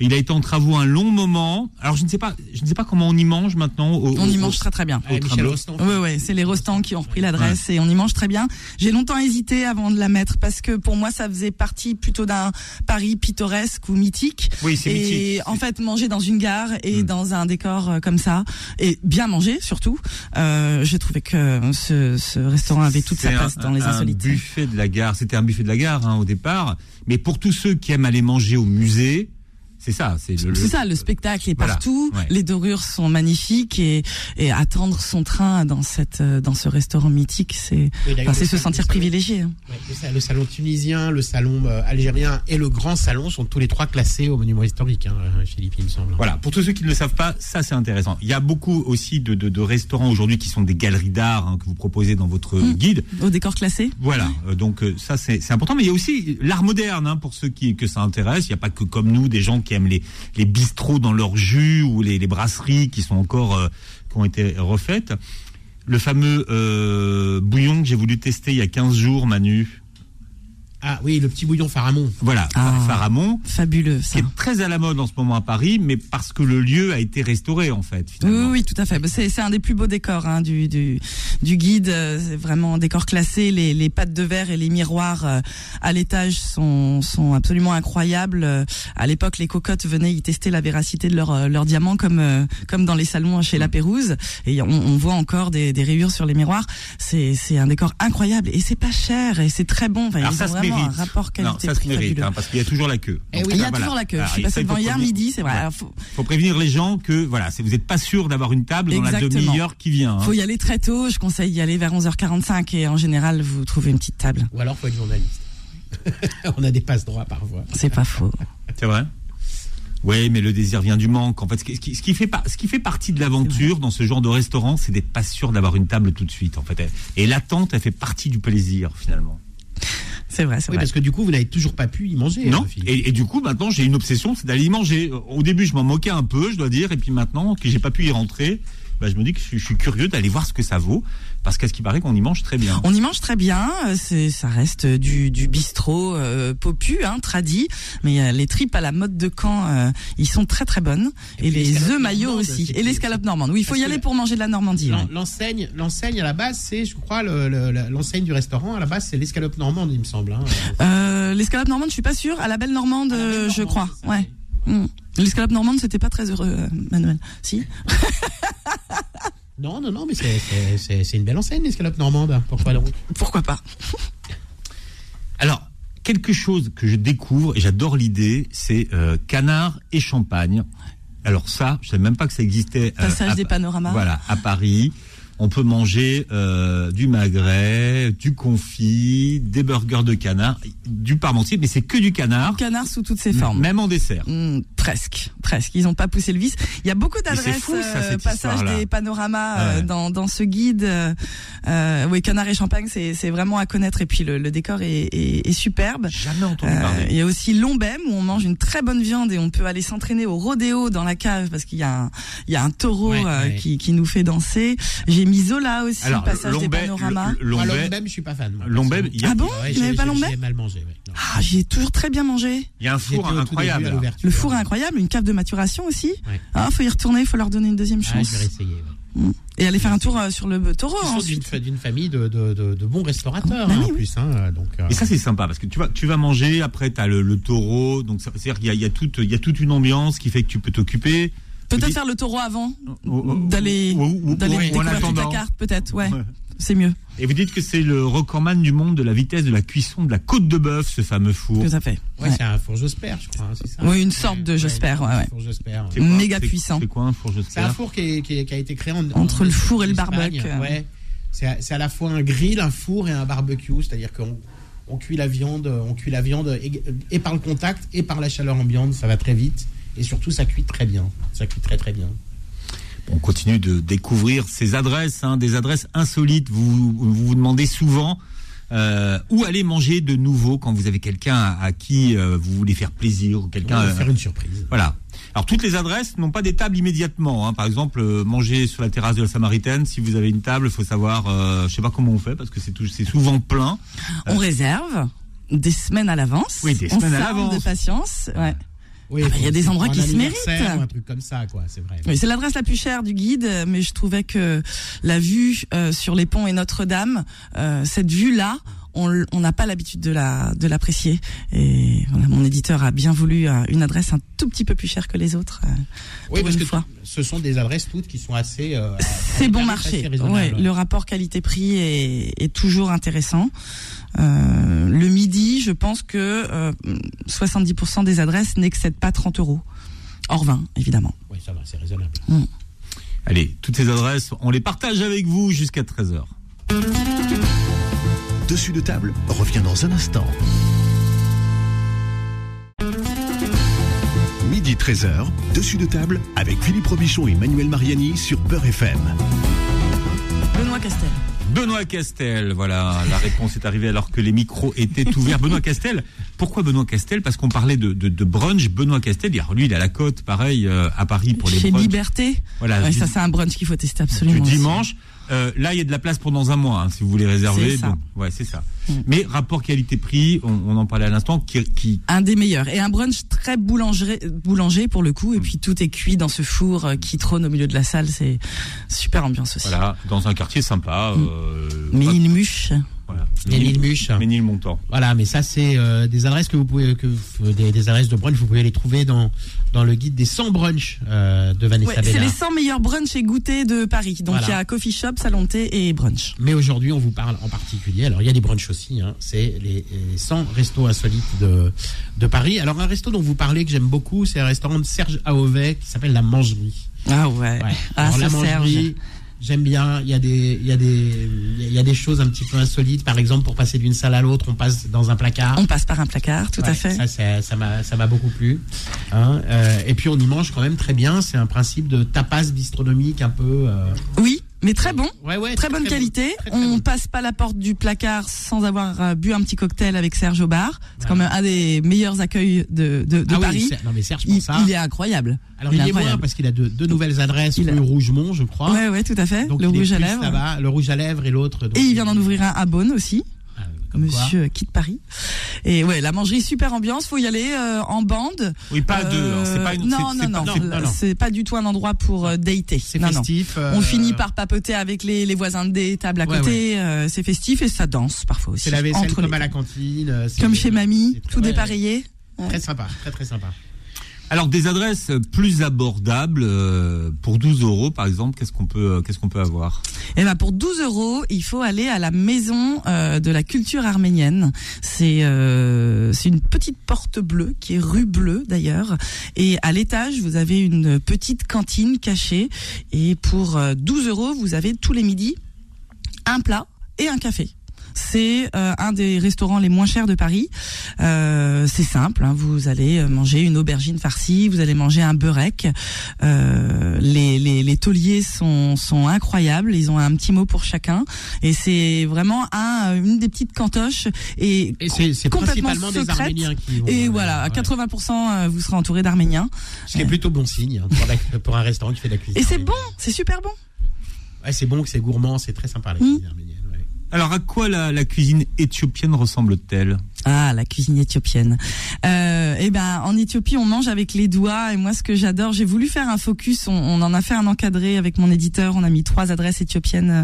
[SPEAKER 2] Il a été en travaux un long moment. Alors je ne sais pas, je ne sais pas comment on y mange maintenant. au-
[SPEAKER 4] On
[SPEAKER 2] au-
[SPEAKER 4] y
[SPEAKER 2] au-
[SPEAKER 4] mange très très bien.
[SPEAKER 2] au
[SPEAKER 3] Ouais,
[SPEAKER 2] train
[SPEAKER 3] Michel
[SPEAKER 2] bleu.
[SPEAKER 3] Rostand.
[SPEAKER 4] Oui, oui, c'est les restants qui ont repris l'adresse et on y mange très bien. J'ai longtemps hésité avant de la mettre parce que pour moi, ça faisait partie plutôt d'un Paris pittoresque ou mythique.
[SPEAKER 2] Oui, c'est
[SPEAKER 4] et
[SPEAKER 2] mythique.
[SPEAKER 4] en fait, manger dans une gare et
[SPEAKER 2] Mm.
[SPEAKER 4] dans un décor euh, comme ça, et bien manger surtout, euh, j'ai trouvé que ce, ce restaurant avait toute sa
[SPEAKER 2] C'est un-
[SPEAKER 4] place dans les
[SPEAKER 2] un
[SPEAKER 4] insolites.
[SPEAKER 2] buffet de la gare, c'était un buffet de la gare hein, au départ. Mais pour tous ceux qui aiment aller manger au musée, c'est ça, c'est le.
[SPEAKER 4] C'est ça, le spectacle est
[SPEAKER 2] Voilà,
[SPEAKER 4] partout,
[SPEAKER 2] ouais.
[SPEAKER 4] les dorures sont magnifiques et, et attendre son train dans cette euh, dans ce restaurant mythique, c'est
[SPEAKER 3] Oui, d'ailleurs,
[SPEAKER 4] enfin, c'est
[SPEAKER 3] le
[SPEAKER 4] se
[SPEAKER 3] salon-
[SPEAKER 4] sentir
[SPEAKER 3] le salon-
[SPEAKER 4] privilégié. hein.
[SPEAKER 3] ouais, le sa- le salon tunisien, le salon euh, algérien et le grand salon sont tous les trois classés au monument historique, hein, euh, Philippe, il me semble.
[SPEAKER 2] Voilà, pour tous ceux qui ne le savent pas, ça c'est intéressant. Il y a beaucoup aussi de, de- de restaurants aujourd'hui qui sont des galeries d'art hein, que vous proposez dans votre
[SPEAKER 4] Mm.
[SPEAKER 2] guide.
[SPEAKER 4] Au décor classé
[SPEAKER 2] Voilà, euh, donc euh, ça c'est c'est important, mais il y a aussi l'art moderne hein, pour ceux qui que ça intéresse. Il n'y a pas que comme nous des gens qui aiment les les bistrots dans leur jus ou les, les brasseries qui sont encore euh, qui ont été refaites. Le fameux euh, bouillon que j'ai voulu tester il y a 15 jours, Manu.
[SPEAKER 3] Ah oui, le petit bouillon Faramond.
[SPEAKER 2] Voilà,
[SPEAKER 4] Ah.
[SPEAKER 2] Faramond,
[SPEAKER 4] Fabuleux,
[SPEAKER 2] qui
[SPEAKER 4] ça.
[SPEAKER 2] est très à la mode en ce moment à Paris, mais parce que le lieu a été restauré en fait.
[SPEAKER 4] Oui,
[SPEAKER 2] Finalement.
[SPEAKER 4] oui, oui, tout à fait. Bah, C'est c'est un des plus beaux décors hein, du, du, du guide. euh, C'est vraiment un décor classé. Les, les pattes de verre et les miroirs euh, à l'étage sont, sont absolument incroyables. Euh, À l'époque, les cocottes venaient y tester la véracité de leur, euh, leur diamant comme, euh, comme dans les salons chez La Pérouse. Et on, on voit encore des, des rayures sur les miroirs. C'est c'est un décor incroyable. Et c'est pas cher et c'est très bon. Enfin,
[SPEAKER 2] Alors
[SPEAKER 4] ils
[SPEAKER 2] ça
[SPEAKER 4] ont
[SPEAKER 2] se
[SPEAKER 4] vraiment un
[SPEAKER 2] mérite.
[SPEAKER 4] rapport
[SPEAKER 2] Non, ça
[SPEAKER 4] qualité-prix
[SPEAKER 2] se mérite,
[SPEAKER 4] fabuleux.
[SPEAKER 2] hein, parce qu'il y a toujours la queue.
[SPEAKER 3] Eh oui,
[SPEAKER 2] Donc, ah,
[SPEAKER 4] Il y a
[SPEAKER 2] voilà.
[SPEAKER 4] toujours la queue.
[SPEAKER 2] Alors,
[SPEAKER 4] Je suis
[SPEAKER 2] il
[SPEAKER 4] passée
[SPEAKER 2] faut
[SPEAKER 4] devant hier
[SPEAKER 2] prévenir-
[SPEAKER 4] midi, c'est vrai.
[SPEAKER 2] Ouais.
[SPEAKER 4] Alors, faut-
[SPEAKER 2] faut prévenir les gens que voilà, si vous n'êtes pas sûr d'avoir une table dans la
[SPEAKER 4] Exactement.
[SPEAKER 2] demi-heure qui vient. hein.
[SPEAKER 4] Faut y aller très tôt, je conseille d'y aller vers 11h45 et en général vous trouvez une petite table.
[SPEAKER 3] Ou alors, faut être journaliste. On a des passe-droits parfois.
[SPEAKER 4] C'est pas faux.
[SPEAKER 2] C'est vrai. Oui, mais le désir vient du manque. En fait, ce qui, ce qui- ce qui fait, par- ce qui fait partie de l'aventure dans ce genre de restaurant, c'est d'être pas sûr d'avoir une table tout de suite. En fait, et l'attente, elle fait partie du plaisir finalement.
[SPEAKER 4] C'est vrai, c'est
[SPEAKER 3] Oui,
[SPEAKER 4] vrai.
[SPEAKER 3] parce que du coup, vous n'avez toujours pas pu y manger.
[SPEAKER 2] non
[SPEAKER 3] euh, Philippe.
[SPEAKER 2] et, et du coup, maintenant, j'ai une obsession, c'est d'aller y manger. Au début, je m'en moquais un peu, je dois dire, et puis maintenant que j'ai pas pu y rentrer, bah, je me dis que je, suis- je suis curieux d'aller voir ce que ça vaut, parce qu'à ce qui paraît, qu'on y mange très bien.
[SPEAKER 4] On y mange très bien, euh, c'est ça reste du, du bistrot euh, popu, hein, tradit, mais euh, les tripes à la mode de Caen, euh, ils sont très très bonnes et,
[SPEAKER 3] puis
[SPEAKER 4] les
[SPEAKER 3] l'escalope
[SPEAKER 4] œufs maillots
[SPEAKER 3] normande,
[SPEAKER 4] aussi
[SPEAKER 3] c'est
[SPEAKER 4] et
[SPEAKER 3] qui-
[SPEAKER 4] l'escalope normande. Oui, il faut
[SPEAKER 3] Parce
[SPEAKER 4] y
[SPEAKER 3] que
[SPEAKER 4] aller
[SPEAKER 3] la-
[SPEAKER 4] pour manger de la Normandie. hein.
[SPEAKER 3] L'en-
[SPEAKER 4] ouais.
[SPEAKER 3] L'enseigne, l'enseigne à la base, c'est, je crois, le- le- la- l'enseigne du restaurant à la base, c'est l'escalope normande, il me semble. hein.
[SPEAKER 4] Euh, l'escalope normande, je suis pas sûre, à la belle normande,
[SPEAKER 3] À la
[SPEAKER 4] euh,
[SPEAKER 3] belle
[SPEAKER 4] je
[SPEAKER 3] normande,
[SPEAKER 4] crois.
[SPEAKER 3] c'est ça.
[SPEAKER 4] Ouais. Mm. L'escalope normande, c'était pas très heureux, euh, Manuel. Si.
[SPEAKER 3] Non, non, non, mais c'est- c'est c'est- c'est une belle enseigne, l'escalope normande, hein, pour toi, la route.
[SPEAKER 4] Pourquoi pas
[SPEAKER 2] Alors, quelque chose que je découvre, et j'adore l'idée, c'est euh, canard et champagne. Alors ça, je savais même pas que ça existait. euh,
[SPEAKER 4] Passage
[SPEAKER 3] ah
[SPEAKER 2] à-
[SPEAKER 3] bah,
[SPEAKER 4] des panoramas.
[SPEAKER 2] Voilà, à Paris. On peut manger euh, du magret, du confit, des burgers de canard, du parmentier, mais c'est que du canard,
[SPEAKER 4] Canard sous toutes
[SPEAKER 3] Mm,
[SPEAKER 4] ses formes.
[SPEAKER 2] même en dessert.
[SPEAKER 4] Hmm, presque, presque. Ils n'ont pas poussé le vice. Il y a beaucoup
[SPEAKER 2] c'est
[SPEAKER 4] d'adresses,
[SPEAKER 2] fou, ça,
[SPEAKER 4] euh,
[SPEAKER 2] cette
[SPEAKER 4] passage
[SPEAKER 2] histoire-là. Ah
[SPEAKER 4] des panoramas euh,
[SPEAKER 2] Ouais.
[SPEAKER 4] dans, dans ce guide. euh, euh, oui, Canard et Champagne, c'est c'est vraiment à connaître. Et puis le, le décor est, est- est superbe.
[SPEAKER 2] Jamais entendu
[SPEAKER 4] Euh,
[SPEAKER 2] parler.
[SPEAKER 4] Il y a aussi Lombem où on mange une très bonne viande et on peut aller s'entraîner au rodéo dans la cave parce qu'il y a un, il y a un taureau
[SPEAKER 3] Ouais,
[SPEAKER 4] euh,
[SPEAKER 3] ouais.
[SPEAKER 4] qui, qui nous fait danser. J'ai Misola aussi,
[SPEAKER 2] Alors,
[SPEAKER 4] passage des
[SPEAKER 2] Lombay-
[SPEAKER 4] panoramas.
[SPEAKER 2] L-
[SPEAKER 3] Moi,
[SPEAKER 2] Lombay-
[SPEAKER 3] Lombem, je suis pas fan. moi,
[SPEAKER 2] Lombay,
[SPEAKER 3] personnellement.
[SPEAKER 2] il y a-
[SPEAKER 4] Ah bon
[SPEAKER 3] Ouais,
[SPEAKER 4] Vous n'avez
[SPEAKER 3] j'ai-
[SPEAKER 4] pas
[SPEAKER 3] j'ai-
[SPEAKER 4] Lombay
[SPEAKER 3] J'ai mal mangé. ouais. Non.
[SPEAKER 4] Ah, j'y ai toujours très bien mangé.
[SPEAKER 2] il y a un
[SPEAKER 3] J'étais
[SPEAKER 2] four
[SPEAKER 3] au tout
[SPEAKER 2] incroyable.
[SPEAKER 3] début à
[SPEAKER 2] alors.
[SPEAKER 3] l'ouverture.
[SPEAKER 4] Le four incroyable, une cave de maturation aussi.
[SPEAKER 3] Ouais.
[SPEAKER 4] Ah, faut y retourner, faut leur donner une deuxième
[SPEAKER 3] Ah, je
[SPEAKER 4] chance.
[SPEAKER 3] vais essayer. ouais.
[SPEAKER 4] Et aller faire un tour euh, sur le taureau
[SPEAKER 3] Ils sont d'une
[SPEAKER 4] ensuite.
[SPEAKER 3] fa- d'une famille de, de- de- de bons restaurateurs
[SPEAKER 4] Ah,
[SPEAKER 3] hein,
[SPEAKER 4] oui,
[SPEAKER 3] en
[SPEAKER 4] oui.
[SPEAKER 3] plus. hein, donc, euh,
[SPEAKER 2] Et ça c'est sympa parce que tu vas tu vas manger après tu as le, le taureau donc ça- c'est-à-dire qu'il y a, il y a toute il y a toute une ambiance qui fait que tu peux t'occuper
[SPEAKER 4] Peut-être
[SPEAKER 2] Dis-
[SPEAKER 4] faire le taureau avant
[SPEAKER 2] Ou- ou-
[SPEAKER 4] d'aller
[SPEAKER 2] ou- ou-
[SPEAKER 4] d'aller
[SPEAKER 2] ou en
[SPEAKER 4] découvrir toute la
[SPEAKER 2] attendant.
[SPEAKER 4] carte, peut-être. Ouais,
[SPEAKER 2] Ouais.
[SPEAKER 4] c'est mieux.
[SPEAKER 2] Et vous dites que c'est le recordman du monde de la vitesse de la cuisson de la côte de bœuf ce fameux four.
[SPEAKER 4] Tout à fait.
[SPEAKER 3] ouais,
[SPEAKER 4] Ouais.
[SPEAKER 3] c'est un four Jospert, je crois. hein, c'est ça
[SPEAKER 4] Oui, une sorte de Jospert, ouais, ouais.
[SPEAKER 3] four Jospert, ouais.
[SPEAKER 2] C'est quoi
[SPEAKER 4] Méga
[SPEAKER 2] C'est-
[SPEAKER 4] puissant.
[SPEAKER 2] C'est quoi un four je sais
[SPEAKER 3] C'est un four qui, est- qui est- qui a été créé en-
[SPEAKER 4] Entre
[SPEAKER 3] en-
[SPEAKER 4] le four et le
[SPEAKER 3] en Espagne,
[SPEAKER 4] barbecue, euh.
[SPEAKER 3] ouais. C'est à, c'est à la fois un grill, un four et un barbecue, c'est-à-dire qu'on on cuit la viande, on cuit la viande et, et par le contact et par la chaleur ambiante, ça va très vite et surtout ça cuit très bien, ça cuit très très bien.
[SPEAKER 2] On continue de découvrir ces adresses, hein, des adresses insolites. Vous vous, vous demandez souvent euh, où aller manger de nouveau quand vous avez quelqu'un à, à qui euh, vous voulez faire plaisir ou
[SPEAKER 3] On
[SPEAKER 2] quelqu'un.
[SPEAKER 3] va
[SPEAKER 2] euh,
[SPEAKER 3] faire une surprise.
[SPEAKER 2] voilà. Alors toutes les adresses n'ont pas des tables immédiatement. hein. Par exemple, euh, manger sur la terrasse de la Samaritaine, si vous avez une table, il faut savoir, euh, je sais pas comment on fait parce que c'est tout- c'est souvent plein.
[SPEAKER 4] On réserve des semaines à l'avance.
[SPEAKER 2] Euh. Oui, des
[SPEAKER 4] on
[SPEAKER 2] semaines à
[SPEAKER 4] s'arme
[SPEAKER 2] l'avance.
[SPEAKER 4] de patience. Ouais.
[SPEAKER 3] Oui,
[SPEAKER 4] Ah bah, il y a des
[SPEAKER 3] c'est
[SPEAKER 4] endroits
[SPEAKER 3] pour
[SPEAKER 4] qui
[SPEAKER 3] un
[SPEAKER 4] se
[SPEAKER 3] anniversaire
[SPEAKER 4] méritent.
[SPEAKER 3] ou Un truc comme ça, quoi, c'est vrai.
[SPEAKER 4] Oui, c'est l'adresse la plus chère du guide, euh, mais je trouvais que la vue euh, sur les ponts et Notre-Dame, euh, cette vue-là, on l- on n'a pas l'habitude de la de l'apprécier. Et voilà, mon éditeur a bien voulu euh, une adresse un tout petit peu plus chère que les autres. euh,
[SPEAKER 3] Oui,
[SPEAKER 4] pour
[SPEAKER 3] parce
[SPEAKER 4] une
[SPEAKER 3] que
[SPEAKER 4] fois.
[SPEAKER 3] tu- ce sont des adresses toutes qui sont assez. euh,
[SPEAKER 4] C'est bon
[SPEAKER 3] assez
[SPEAKER 4] marché.
[SPEAKER 3] raisonnables.
[SPEAKER 4] Ouais, le rapport qualité-prix est, est toujours intéressant. Euh, le midi, je pense que euh, 70% des adresses n'excèdent pas 30 euros. Hors vin, évidemment.
[SPEAKER 3] Oui, ça va, c'est raisonnable.
[SPEAKER 2] Allez, toutes ces adresses, on les partage avec vous jusqu'à 13h.
[SPEAKER 1] Dessus de table revient dans un instant. Midi 13h, dessus de table avec Philippe Robichon et Manuel Mariani sur Peur FM.
[SPEAKER 4] Benoît Castel.
[SPEAKER 2] Benoît Castel, voilà, la réponse est arrivée alors que les micros étaient ouverts. Benoît Castel, pourquoi Benoît Castel Parce qu'on parlait de, de- de brunch. Benoît Castel, alors lui, il a la côte, pareil, euh, à Paris pour les
[SPEAKER 4] Chez
[SPEAKER 2] brunchs.
[SPEAKER 4] Liberté.
[SPEAKER 2] Voilà,
[SPEAKER 4] Ouais,
[SPEAKER 2] du,
[SPEAKER 4] ça, c'est un brunch qu'il faut tester
[SPEAKER 2] du
[SPEAKER 4] absolument. aussi.
[SPEAKER 2] dimanche. Euh, là, il y a de la place pour dans un mois, hein, si vous voulez réserver.
[SPEAKER 4] C'est ça.
[SPEAKER 2] Donc, ouais, c'est ça.
[SPEAKER 4] Mm.
[SPEAKER 2] Mais rapport qualité-prix, on, on en parlait à l'instant, qui, qui-
[SPEAKER 4] Un des meilleurs. Et un brunch très boulanger, boulanger pour le coup.
[SPEAKER 2] Mm.
[SPEAKER 4] Et puis tout est cuit dans ce four euh, qui trône au milieu de la salle. C'est super ambiance aussi.
[SPEAKER 2] voilà, dans un quartier sympa. Euh,
[SPEAKER 4] Mm. Mais
[SPEAKER 2] pas-
[SPEAKER 4] une mûche.
[SPEAKER 2] voilà.
[SPEAKER 3] Ménilmuche.
[SPEAKER 2] Ménilmontant.
[SPEAKER 3] Voilà, mais ça, c'est euh, des adresses que vous pouvez, que vous- des, des adresses de brunch, vous pouvez les trouver dans, dans le guide des 100 brunchs euh, de Vanessa
[SPEAKER 4] Ouais, c'est
[SPEAKER 3] Bella.
[SPEAKER 4] les 100 meilleurs brunchs et goûters de Paris. Donc
[SPEAKER 3] Voilà.
[SPEAKER 4] il y a coffee shop, salon de thé et brunch.
[SPEAKER 3] Mais aujourd'hui, on vous parle en particulier. Alors, il y a des brunchs aussi. Hein, c'est les, les 100 restos insolites de, de Paris. Alors, un resto dont vous parlez que j'aime beaucoup, c'est un restaurant de Serge Aovet qui s'appelle La Mangerie.
[SPEAKER 4] Ah
[SPEAKER 3] Ouais.
[SPEAKER 4] ouais. Ah,
[SPEAKER 3] Alors, la
[SPEAKER 4] ça Serge.
[SPEAKER 3] mangerie, j'aime bien. Il y a des, il y a des, il y a des choses un petit peu insolites. Par exemple, pour passer d'une salle à l'autre, on passe dans un placard.
[SPEAKER 4] On passe par un placard, tout
[SPEAKER 3] Ouais,
[SPEAKER 4] à fait.
[SPEAKER 3] Ça, c'est- ça m'a, ça m'a beaucoup plu. hein. Euh, et puis on y mange quand même très bien. C'est un principe de tapas bistronomique un peu. euh,
[SPEAKER 4] Oui, mais très bon.
[SPEAKER 3] Ouais, ouais,
[SPEAKER 4] Très bonne qualité.
[SPEAKER 3] très, très
[SPEAKER 4] on
[SPEAKER 3] bon.
[SPEAKER 4] passe pas la porte du placard sans avoir euh, bu un petit cocktail avec Serge au bar. C'est quand
[SPEAKER 3] Voilà.
[SPEAKER 4] même un des meilleurs accueils de, de, de
[SPEAKER 3] Ah oui,
[SPEAKER 4] Paris.
[SPEAKER 3] c'est- non mais Serge pour
[SPEAKER 4] il,
[SPEAKER 3] ça.
[SPEAKER 4] il est incroyable.
[SPEAKER 3] Alors il, est moins
[SPEAKER 4] incroyable.
[SPEAKER 3] parce qu'il a deux, deux nouvelles adresses,
[SPEAKER 4] Il a-
[SPEAKER 3] rue Rougemont, je crois.
[SPEAKER 4] Ouais, ouais, tout à fait.
[SPEAKER 3] Donc,
[SPEAKER 4] le
[SPEAKER 3] il est
[SPEAKER 4] rouge à
[SPEAKER 3] plus
[SPEAKER 4] lèvres.
[SPEAKER 3] là-bas, le rouge à lèvres et l'autre. donc,
[SPEAKER 4] Et il vient d'en ouvrir un à Beaune aussi.
[SPEAKER 3] Ah, comme quoi.
[SPEAKER 4] Monsieur quitte Paris. Et ouais, la mangerie super ambiance. Faut y aller euh, en bande.
[SPEAKER 2] Oui, pas à deux. hein,
[SPEAKER 4] Euh,
[SPEAKER 2] C'est pas une,
[SPEAKER 4] non,
[SPEAKER 2] c'est-
[SPEAKER 4] non,
[SPEAKER 2] c'est
[SPEAKER 4] non,
[SPEAKER 2] pas-
[SPEAKER 3] c'est pas- non.
[SPEAKER 4] C'est pas du tout un endroit pour euh, dater.
[SPEAKER 3] C'est
[SPEAKER 4] Non, non.
[SPEAKER 3] festif.
[SPEAKER 4] On
[SPEAKER 3] euh,
[SPEAKER 4] finit par papoter avec les, les voisins des tables à
[SPEAKER 3] Ouais,
[SPEAKER 4] côté. euh, c'est festif et ça danse parfois aussi.
[SPEAKER 3] C'est la vaisselle
[SPEAKER 4] entre
[SPEAKER 3] comme
[SPEAKER 4] les
[SPEAKER 3] à la
[SPEAKER 4] tables.
[SPEAKER 3] cantine. euh, c'est-
[SPEAKER 4] Comme chez mamie,
[SPEAKER 3] c'est très-
[SPEAKER 4] tout
[SPEAKER 3] ouais,
[SPEAKER 4] dépareillé.
[SPEAKER 3] ouais, Très sympa, très très sympa.
[SPEAKER 2] Alors des adresses plus abordables euh, pour 12 euros par exemple, qu'est-ce qu'on peut euh, qu'est-ce qu'on peut avoir
[SPEAKER 4] Et ben pour 12 euros, il faut aller à la maison euh, de la culture arménienne. C'est euh, c'est une petite porte bleue qui est rue bleue d'ailleurs. Et à l'étage, vous avez une petite cantine cachée. Et pour euh, 12 euros, vous avez tous les midis un plat et un café. C'est euh, un des restaurants les moins chers de Paris. Euh, c'est simple, hein, vous allez manger une aubergine farcie, vous allez manger un beurrec. Euh, les, les, les tauliers sont, sont incroyables, ils ont un petit mot pour chacun. Et c'est vraiment un, euh, une des petites cantoches. Et,
[SPEAKER 3] Et c'est c'est
[SPEAKER 4] Complètement
[SPEAKER 3] principalement des
[SPEAKER 4] secrète.
[SPEAKER 3] Arméniens qui vont.
[SPEAKER 4] et
[SPEAKER 3] euh,
[SPEAKER 4] voilà, à
[SPEAKER 3] ouais.
[SPEAKER 4] 80% euh, vous serez entouré d'Arméniens.
[SPEAKER 3] Ce qui est plutôt bon signe hein, pour, la- pour un restaurant qui fait de la cuisine.
[SPEAKER 4] Et c'est
[SPEAKER 3] arménienne.
[SPEAKER 4] bon, c'est super bon.
[SPEAKER 3] Ouais, c'est bon, c'est gourmand, c'est très sympa la
[SPEAKER 4] Mm.
[SPEAKER 3] cuisine arménienne. ouais.
[SPEAKER 2] Alors, à quoi la, la cuisine éthiopienne ressemble-t-elle
[SPEAKER 4] Ah, la cuisine éthiopienne. Euh, eh ben, en Éthiopie, on mange avec les doigts. Et moi, ce que j'adore, j'ai voulu faire un focus. On, on en a fait un encadré avec mon éditeur. On a mis trois adresses éthiopiennes, euh,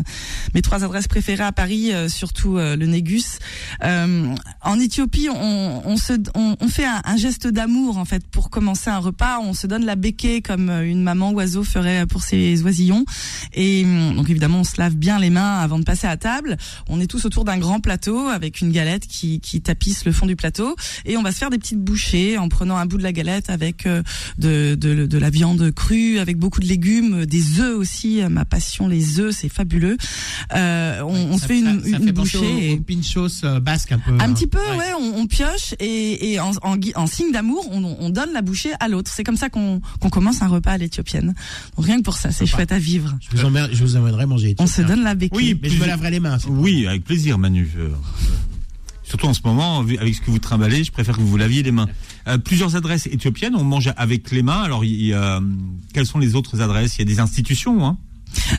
[SPEAKER 4] mes trois adresses préférées à Paris, euh, surtout euh, le Négus. Euh, en Éthiopie, on, on se, on, on fait un, un geste d'amour en fait pour commencer un repas. On se donne la béquée comme euh, une maman oiseau ferait pour ses oisillons. Et hum, donc évidemment, on se lave bien les mains avant de passer à table. On est tous autour d'un grand plateau avec une galette qui, qui tapisse le fond du plateau et on va se faire des petites bouchées en prenant un bout de la galette avec euh, de, de, de la viande crue, avec beaucoup de légumes, euh, des œufs aussi. Euh, Ma passion, les œufs, c'est fabuleux. Euh, on on se
[SPEAKER 3] Ça-
[SPEAKER 4] fait une,
[SPEAKER 3] ça, ça
[SPEAKER 4] une
[SPEAKER 3] fait penser
[SPEAKER 4] bouchée.
[SPEAKER 3] au-
[SPEAKER 4] et-
[SPEAKER 3] au pinchos euh, basque un peu.
[SPEAKER 4] un
[SPEAKER 3] hein.
[SPEAKER 4] petit peu,
[SPEAKER 3] Ouais.
[SPEAKER 4] ouais, on, on pioche et, et en, en, gui- en signe d'amour, on, on donne la bouchée à l'autre. C'est comme ça qu'on qu'on commence un repas à l'éthiopienne. Donc rien que pour ça, c'est
[SPEAKER 3] Sympa.
[SPEAKER 4] chouette à vivre.
[SPEAKER 3] Je vous, emmène- je vous emmènerai manger.
[SPEAKER 4] On se
[SPEAKER 3] éthiopien.
[SPEAKER 4] donne la béquille.
[SPEAKER 2] Oui,
[SPEAKER 3] Mais je me laverai les mains. c'est tout.
[SPEAKER 2] Oui, avec plaisir, Manu. Je- Surtout en ce moment, vu- avec ce que vous trimballez, je préfère que vous laviez les mains. Euh, plusieurs adresses éthiopiennes, on mange avec les mains. Alors, il y a, euh, quelles sont les autres adresses Il y a des institutions, hein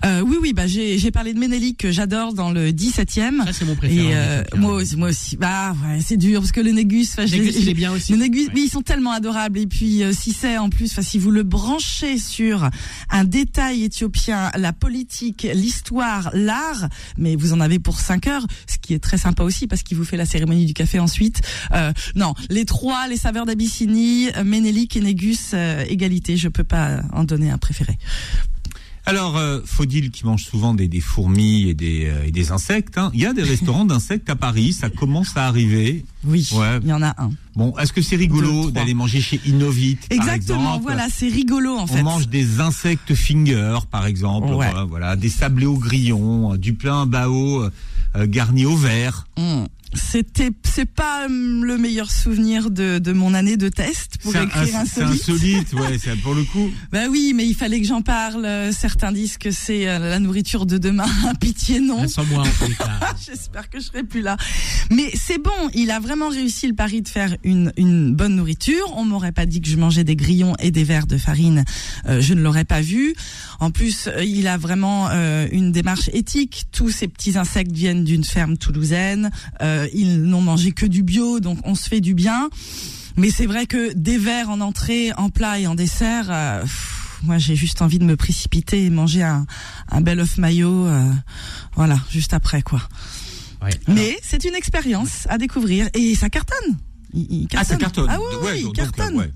[SPEAKER 4] Euh, oui, oui, bah j'ai j'ai parlé de Ménélique que j'adore dans le 17e.
[SPEAKER 3] Ça, c'est mon préféré.
[SPEAKER 4] Et euh,
[SPEAKER 3] éthiopien.
[SPEAKER 4] moi aussi, moi aussi. Bah ouais, c'est dur parce que le négus, enfin, je
[SPEAKER 3] Négus,
[SPEAKER 4] les-
[SPEAKER 3] il est bien aussi.
[SPEAKER 4] Le Négus,
[SPEAKER 3] Ouais.
[SPEAKER 4] oui, ils sont tellement adorables. Et puis, euh, si c'est en plus, enfin, si vous le branchez sur un détail éthiopien, la politique, l'histoire, l'art, mais vous en avez pour 5 heures, ce qui est très sympa aussi parce qu'il vous fait la cérémonie du café ensuite. Euh, non, les trois, les saveurs d'Abyssinie, euh, Ménélique et Négus, euh, égalité. Je peux pas en donner un préféré.
[SPEAKER 2] Alors, euh, Faudil qui mange souvent des, des fourmis et des, euh, et des insectes, hein. il y a des restaurants d'insectes à Paris, ça commence à arriver.
[SPEAKER 4] Oui,
[SPEAKER 2] Ouais.
[SPEAKER 4] il y en a un.
[SPEAKER 2] Bon, est-ce que c'est rigolo
[SPEAKER 4] trois.
[SPEAKER 2] d'aller manger chez Innovit par
[SPEAKER 4] Exactement,
[SPEAKER 2] exemple
[SPEAKER 4] voilà, c'est rigolo en
[SPEAKER 2] On
[SPEAKER 4] fait.
[SPEAKER 2] mange des insectes fingers, par exemple,
[SPEAKER 4] Ouais.
[SPEAKER 2] euh, voilà, des sablés au grillon, euh, du plein bao euh, euh, garni au vert.
[SPEAKER 4] Mm. C'était, c'est pas hum, le meilleur souvenir de, de mon année de test pour
[SPEAKER 2] C'est un-
[SPEAKER 4] écrire un
[SPEAKER 2] c'est
[SPEAKER 4] solide.
[SPEAKER 2] insolite, ouais, c'est pour le coup.
[SPEAKER 4] Bah oui, mais il fallait que j'en parle. Euh, Certains disent que c'est euh, la nourriture de demain. Pitié non.
[SPEAKER 3] Ah, Sans moi, en tous les cas.
[SPEAKER 4] Ah, J'espère que je serai plus là. Mais c'est bon, il a vraiment réussi le pari de faire une, une bonne nourriture. On m'aurait pas dit que je mangeais des grillons et des verres de farine. Euh, je ne l'aurais pas vu. En plus, euh, il a vraiment euh, une démarche éthique. Tous ces petits insectes viennent d'une ferme toulousaine. Euh, ils n'ont mangé que du bio, donc on se fait du bien. Mais c'est vrai que des verres en entrée, en plat et en dessert, euh, pff, moi j'ai juste envie de me précipiter et manger un, un bel œuf maillot, euh, voilà, juste après quoi.
[SPEAKER 3] Ouais.
[SPEAKER 4] Mais c'est une expérience à découvrir et ça cartonne. Il- il
[SPEAKER 2] Ah, ça cartonne.
[SPEAKER 4] Ah oui, oui,
[SPEAKER 2] Ouais,
[SPEAKER 4] il
[SPEAKER 2] donc, donc,
[SPEAKER 4] cartonne.
[SPEAKER 2] euh, ouais.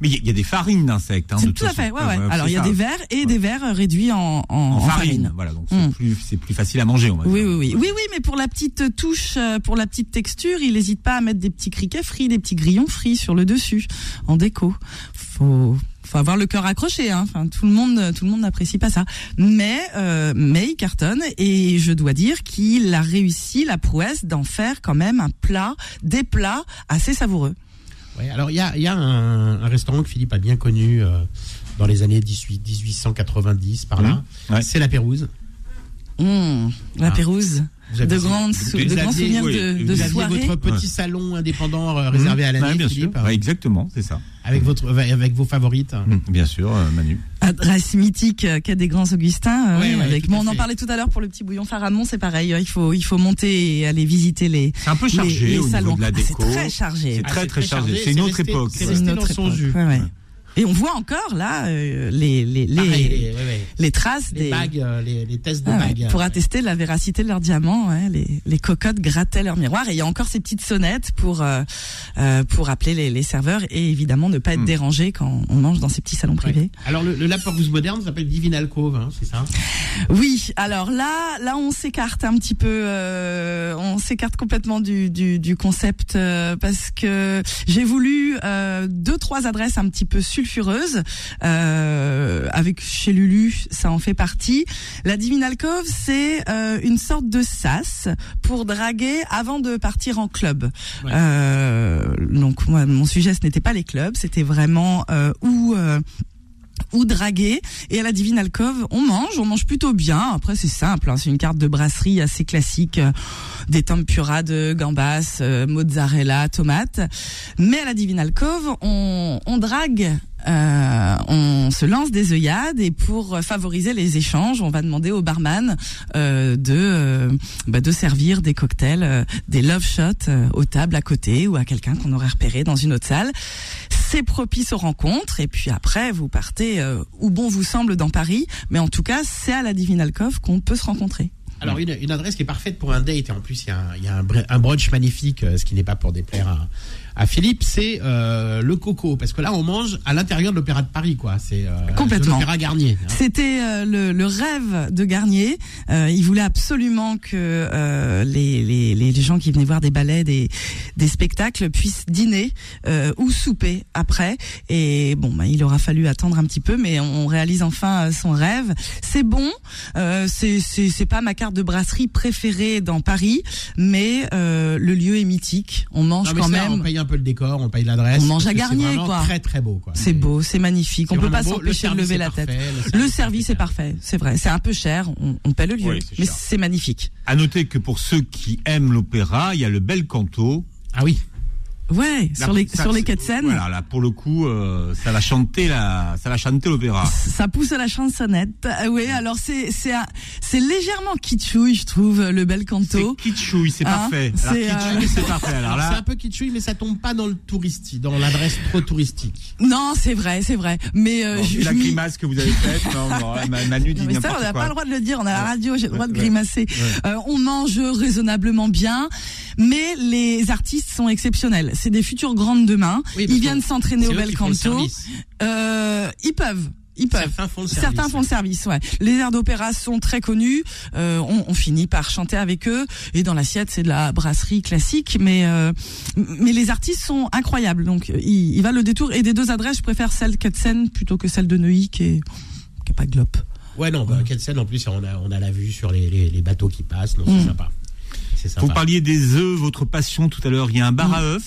[SPEAKER 2] Mais il y, a- il y a des farines d'insectes. Hein, de
[SPEAKER 4] C'est
[SPEAKER 2] toute
[SPEAKER 4] tout à
[SPEAKER 2] façon.
[SPEAKER 4] fait. Ouais, ouais.
[SPEAKER 2] Ouais, ouais,
[SPEAKER 4] Alors
[SPEAKER 2] c'est
[SPEAKER 4] il y a
[SPEAKER 2] ça.
[SPEAKER 4] des verres et des verres réduits en, en,
[SPEAKER 2] en,
[SPEAKER 4] en
[SPEAKER 2] farine. Hmm. Voilà, donc c'est
[SPEAKER 4] Mm.
[SPEAKER 2] plus, c'est plus facile à manger, on va
[SPEAKER 4] Oui,
[SPEAKER 2] dire.
[SPEAKER 4] oui, oui, oui, oui, mais pour la petite touche, euh, pour la petite texture, il n'hésite pas à mettre des petits criquets frits, des petits grillons frits sur le dessus, en déco. Faut, faut avoir le cœur accroché. Hein. Enfin, tout le monde, tout le monde n'apprécie pas ça. Mais, euh, mais il cartonne et je dois dire qu'il a réussi la prouesse d'en faire quand même un plat, des plats assez savoureux.
[SPEAKER 3] Ouais, alors il y a, il y a un, un restaurant que Philippe a bien connu euh, dans les années 18, 1890 par là.
[SPEAKER 2] Mmh. Ouais.
[SPEAKER 3] C'est la Pérouse.
[SPEAKER 4] Mmh, la
[SPEAKER 3] Ah.
[SPEAKER 4] Pérouse,
[SPEAKER 3] Vous avez-
[SPEAKER 4] de grandes,
[SPEAKER 3] vous
[SPEAKER 4] sou-
[SPEAKER 3] aviez-
[SPEAKER 4] de grands souvenirs
[SPEAKER 2] oui,
[SPEAKER 4] de,
[SPEAKER 2] vous
[SPEAKER 4] de
[SPEAKER 3] vous aviez
[SPEAKER 4] soirées.
[SPEAKER 3] votre petit
[SPEAKER 2] Ouais.
[SPEAKER 3] salon indépendant euh, réservé à l'année,
[SPEAKER 2] Hmm. Ouais, bien sûr.
[SPEAKER 3] Philippe,
[SPEAKER 2] Ouais, exactement, c'est ça.
[SPEAKER 3] avec votre avec vos favorites. Ah,
[SPEAKER 2] Mm, Bien sûr, euh, Manu.
[SPEAKER 4] Adresse mythique euh, qu'a des grands Augustins. euh,
[SPEAKER 3] Ouais,
[SPEAKER 4] oui,
[SPEAKER 3] ouais,
[SPEAKER 4] avec
[SPEAKER 3] tout à
[SPEAKER 4] moi, on en
[SPEAKER 3] fait.
[SPEAKER 4] parlait tout à l'heure pour le petit bouillon Faramond, c'est pareil. euh, Il faut, il faut monter et aller visiter les,
[SPEAKER 2] C'est un peu chargé
[SPEAKER 4] les, les
[SPEAKER 2] au
[SPEAKER 4] salons.
[SPEAKER 2] niveau de la
[SPEAKER 4] Ah,
[SPEAKER 2] déco.
[SPEAKER 4] c'est très chargé.
[SPEAKER 2] C'est très, très chargé. C'est une autre
[SPEAKER 3] resté-
[SPEAKER 2] époque,
[SPEAKER 3] C'est
[SPEAKER 2] ouais.
[SPEAKER 3] resté
[SPEAKER 4] une
[SPEAKER 3] dans
[SPEAKER 4] autre
[SPEAKER 3] son
[SPEAKER 4] époque,
[SPEAKER 3] jus.
[SPEAKER 4] ouais, ouais.
[SPEAKER 2] Ouais.
[SPEAKER 4] Et on voit encore là euh, les, les, les,
[SPEAKER 3] Pareil, les, ouais, ouais.
[SPEAKER 4] les traces
[SPEAKER 3] Les
[SPEAKER 4] des
[SPEAKER 3] bagues, euh, les, les tests de
[SPEAKER 4] Ah ouais,
[SPEAKER 3] bagues.
[SPEAKER 4] pour attester de la véracité de leurs diamants, ouais, les, les cocottes grattaient leur miroir et il y a encore ces petites sonnettes pour euh, euh, pour appeler les, les serveurs et évidemment ne pas être
[SPEAKER 2] Hmm.
[SPEAKER 4] dérangé quand on mange dans ces petits salons
[SPEAKER 3] Ouais.
[SPEAKER 4] privés.
[SPEAKER 3] Alors le, le La Pérouse moderne s'appelle Divine Alcove, hein, c'est ça
[SPEAKER 4] Oui, alors là, là, on s'écarte un petit peu, euh, on s'écarte complètement du, du, du concept euh, parce que j'ai voulu euh, deux trois adresses un petit peu sulfureuses euh, avec chez Lulu, ça en fait partie. La Divine Alcove, c'est euh, une sorte de sas pour draguer avant de partir en club.
[SPEAKER 3] Ouais.
[SPEAKER 4] Euh, donc moi, mon sujet, ce n'était pas les clubs, c'était vraiment euh, où euh, ou draguer. Et à la Divine Alcove, on mange, on mange plutôt bien. Après, c'est simple, hein, c'est une carte de brasserie assez classique, euh, des tempura de gambas, euh, mozzarella, tomates. Mais à la Divine Alcove, on, on drague euh, on se lance des œillades et pour favoriser les échanges, on va demander au barman euh, de euh, bah, de servir des cocktails, euh, des love shots euh, aux tables à côté ou à quelqu'un qu'on aurait repéré dans une autre salle. C'est propice aux rencontres et puis après vous partez euh, où bon vous semble dans Paris, mais en tout cas c'est à la Divine Alcove qu'on peut se rencontrer.
[SPEAKER 3] Alors, une, une adresse qui est parfaite pour un date, et en plus, il y a un, il y a un br- un brunch magnifique, euh, ce qui n'est pas pour déplaire à, à Philippe, c'est euh, le coco. Parce que là, on mange à l'intérieur de l'Opéra de Paris, quoi. C'est euh,
[SPEAKER 4] Complètement.
[SPEAKER 3] de l'Opéra Garnier. hein.
[SPEAKER 4] C'était euh, le, le rêve de Garnier. Euh, il voulait absolument que euh, les, les, les gens qui venaient voir des ballets, des, des spectacles puissent dîner euh, ou souper après. Et bon, bah, il aura fallu attendre un petit peu, mais on, on réalise enfin euh, son rêve. C'est bon. Euh, c'est c'est c'est pas ma carte de brasserie préférée dans Paris, mais euh, le lieu est mythique. On mange
[SPEAKER 3] Non, mais
[SPEAKER 4] quand
[SPEAKER 3] ça,
[SPEAKER 4] même.
[SPEAKER 3] On paye un peu le décor, on paye l'adresse.
[SPEAKER 4] On mange
[SPEAKER 3] parce
[SPEAKER 4] à
[SPEAKER 3] que
[SPEAKER 4] Garnier,
[SPEAKER 3] c'est vraiment
[SPEAKER 4] quoi.
[SPEAKER 3] Très, très beau, quoi.
[SPEAKER 4] C'est beau, c'est magnifique. On
[SPEAKER 3] c'est
[SPEAKER 4] peut
[SPEAKER 3] vraiment
[SPEAKER 4] pas
[SPEAKER 3] beau. Le
[SPEAKER 4] s'empêcher de
[SPEAKER 3] service
[SPEAKER 4] lever
[SPEAKER 3] est
[SPEAKER 4] la tête.
[SPEAKER 3] parfait, le
[SPEAKER 4] Le
[SPEAKER 3] service est
[SPEAKER 4] service est
[SPEAKER 3] impeccable.
[SPEAKER 4] parfait, c'est vrai. C'est un peu cher, on, on paie le lieu,
[SPEAKER 2] Oui, c'est
[SPEAKER 4] mais
[SPEAKER 2] cher.
[SPEAKER 4] c'est magnifique.
[SPEAKER 2] À noter que pour ceux qui aiment l'opéra, il y a le bel canto.
[SPEAKER 3] Ah oui.
[SPEAKER 4] Ouais,
[SPEAKER 2] Là,
[SPEAKER 4] sur les
[SPEAKER 2] ça,
[SPEAKER 4] sur les
[SPEAKER 2] c'est-
[SPEAKER 4] quais de Seine,
[SPEAKER 2] Voilà, là pour le coup, euh, ça va chanter la, ça va chanter l'opéra.
[SPEAKER 4] ça pousse à la chansonnette. Ah oui, alors c'est c'est un- c'est légèrement kitschouille, je trouve, le bel
[SPEAKER 2] C'est
[SPEAKER 4] canto.
[SPEAKER 2] kitschouille, c'est
[SPEAKER 4] Hein,
[SPEAKER 2] parfait. Alors
[SPEAKER 4] c'est,
[SPEAKER 2] kitschouille, c'est parfait. Alors
[SPEAKER 3] Alors, C'est
[SPEAKER 2] là,
[SPEAKER 3] un peu kitschouille, mais ça tombe pas dans le touristique, dans l'adresse trop touristique.
[SPEAKER 4] Non, c'est vrai, c'est vrai. Mais euh,
[SPEAKER 2] bon,
[SPEAKER 4] je-
[SPEAKER 2] vu la
[SPEAKER 4] je m'y-
[SPEAKER 2] grimace que vous avez faite, non, non, là, Manu dit
[SPEAKER 4] Non, mais ça, on
[SPEAKER 2] n'importe
[SPEAKER 4] n'a
[SPEAKER 2] quoi.
[SPEAKER 4] pas le droit de le dire, on a la radio, j'ai le droit de
[SPEAKER 2] ouais.
[SPEAKER 4] grimacer.
[SPEAKER 2] Ouais.
[SPEAKER 4] Euh, on mange raisonnablement bien, mais les artistes sont exceptionnels. C'est des futures grandes demain.
[SPEAKER 3] Oui, parce
[SPEAKER 4] ils viennent
[SPEAKER 3] que
[SPEAKER 4] s'entraîner
[SPEAKER 3] c'est
[SPEAKER 4] au
[SPEAKER 3] eux
[SPEAKER 4] bel
[SPEAKER 3] qui font le
[SPEAKER 4] canto.
[SPEAKER 3] service.
[SPEAKER 4] Euh, ils peuvent. Ils peuvent.
[SPEAKER 3] Certains font le service.
[SPEAKER 4] Certains font le service, ouais. Les airs d'opéra sont très connus. euh, on, on finit par chanter avec eux. Et dans l'assiette, c'est de la brasserie classique. Mais euh, mais les artistes sont incroyables. Donc euh, il, il va le détour. Et des deux adresses, je préfère celle Seine plutôt que celle de Neuilly qui est, qui est pas glope.
[SPEAKER 3] Ouais, non, bah, quelle scène en plus, on a, on a la vue sur les, les, les bateaux qui passent, non,
[SPEAKER 4] Mm.
[SPEAKER 3] c'est sympa. C'est sympa.
[SPEAKER 2] Vous parliez des œufs, votre passion tout à l'heure. Il y a un bar à
[SPEAKER 4] Mm.
[SPEAKER 2] œufs.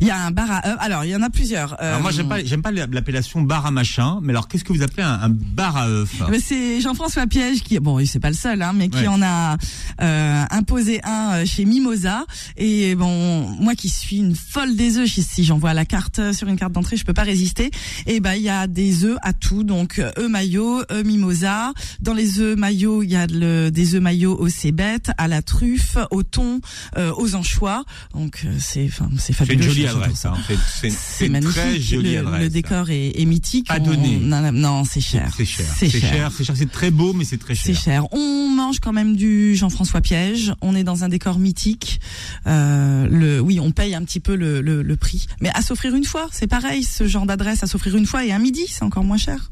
[SPEAKER 4] Il y a un bar à œufs. Alors il y en a plusieurs.
[SPEAKER 2] Alors moi,
[SPEAKER 4] Euh,
[SPEAKER 2] j'aime pas, j'aime pas l'appellation bar à machin. Mais alors, qu'est-ce que vous appelez un, un bar à œufs
[SPEAKER 4] Mais c'est Jean-François Piège qui, bon, c'est pas le seul, hein, mais qui
[SPEAKER 2] Ah. Ouais.
[SPEAKER 4] en a euh, imposé un euh, chez Mimosa. Et bon, moi qui suis une folle des œufs, si- si j'en vois la carte euh, sur une carte d'entrée, je peux pas résister. Et ben, il y a des œufs à tout, donc euh, œufs maillot, œufs Mimosa. Dans les œufs maillot, il y a le- des œufs maillot aux cébettes, à la truffe, au thon, euh, aux anchois. Donc euh, c'est, enfin, c'est
[SPEAKER 2] C'est
[SPEAKER 4] fabuleux.
[SPEAKER 2] une jolie
[SPEAKER 4] j'adore
[SPEAKER 2] adresse.
[SPEAKER 4] ça.
[SPEAKER 2] hein. C'est- C'est c'est
[SPEAKER 4] C'est
[SPEAKER 2] une
[SPEAKER 4] magnifique.
[SPEAKER 2] très jolie
[SPEAKER 4] le,
[SPEAKER 2] adresse.
[SPEAKER 4] le décor est, est mythique.
[SPEAKER 2] Pas
[SPEAKER 4] On-
[SPEAKER 2] donné.
[SPEAKER 4] on- non, non, c'est cher.
[SPEAKER 2] C'est cher. C'est cher. C'est cher. C'est très beau, mais c'est très
[SPEAKER 4] C'est
[SPEAKER 2] cher.
[SPEAKER 4] cher. On mange quand même du Jean-François Piège. On est dans un décor mythique. Euh, le, oui, on paye un petit peu le, le, le prix. Mais à s'offrir une fois, c'est pareil. Ce genre d'adresse à s'offrir une fois et un midi, c'est encore moins cher.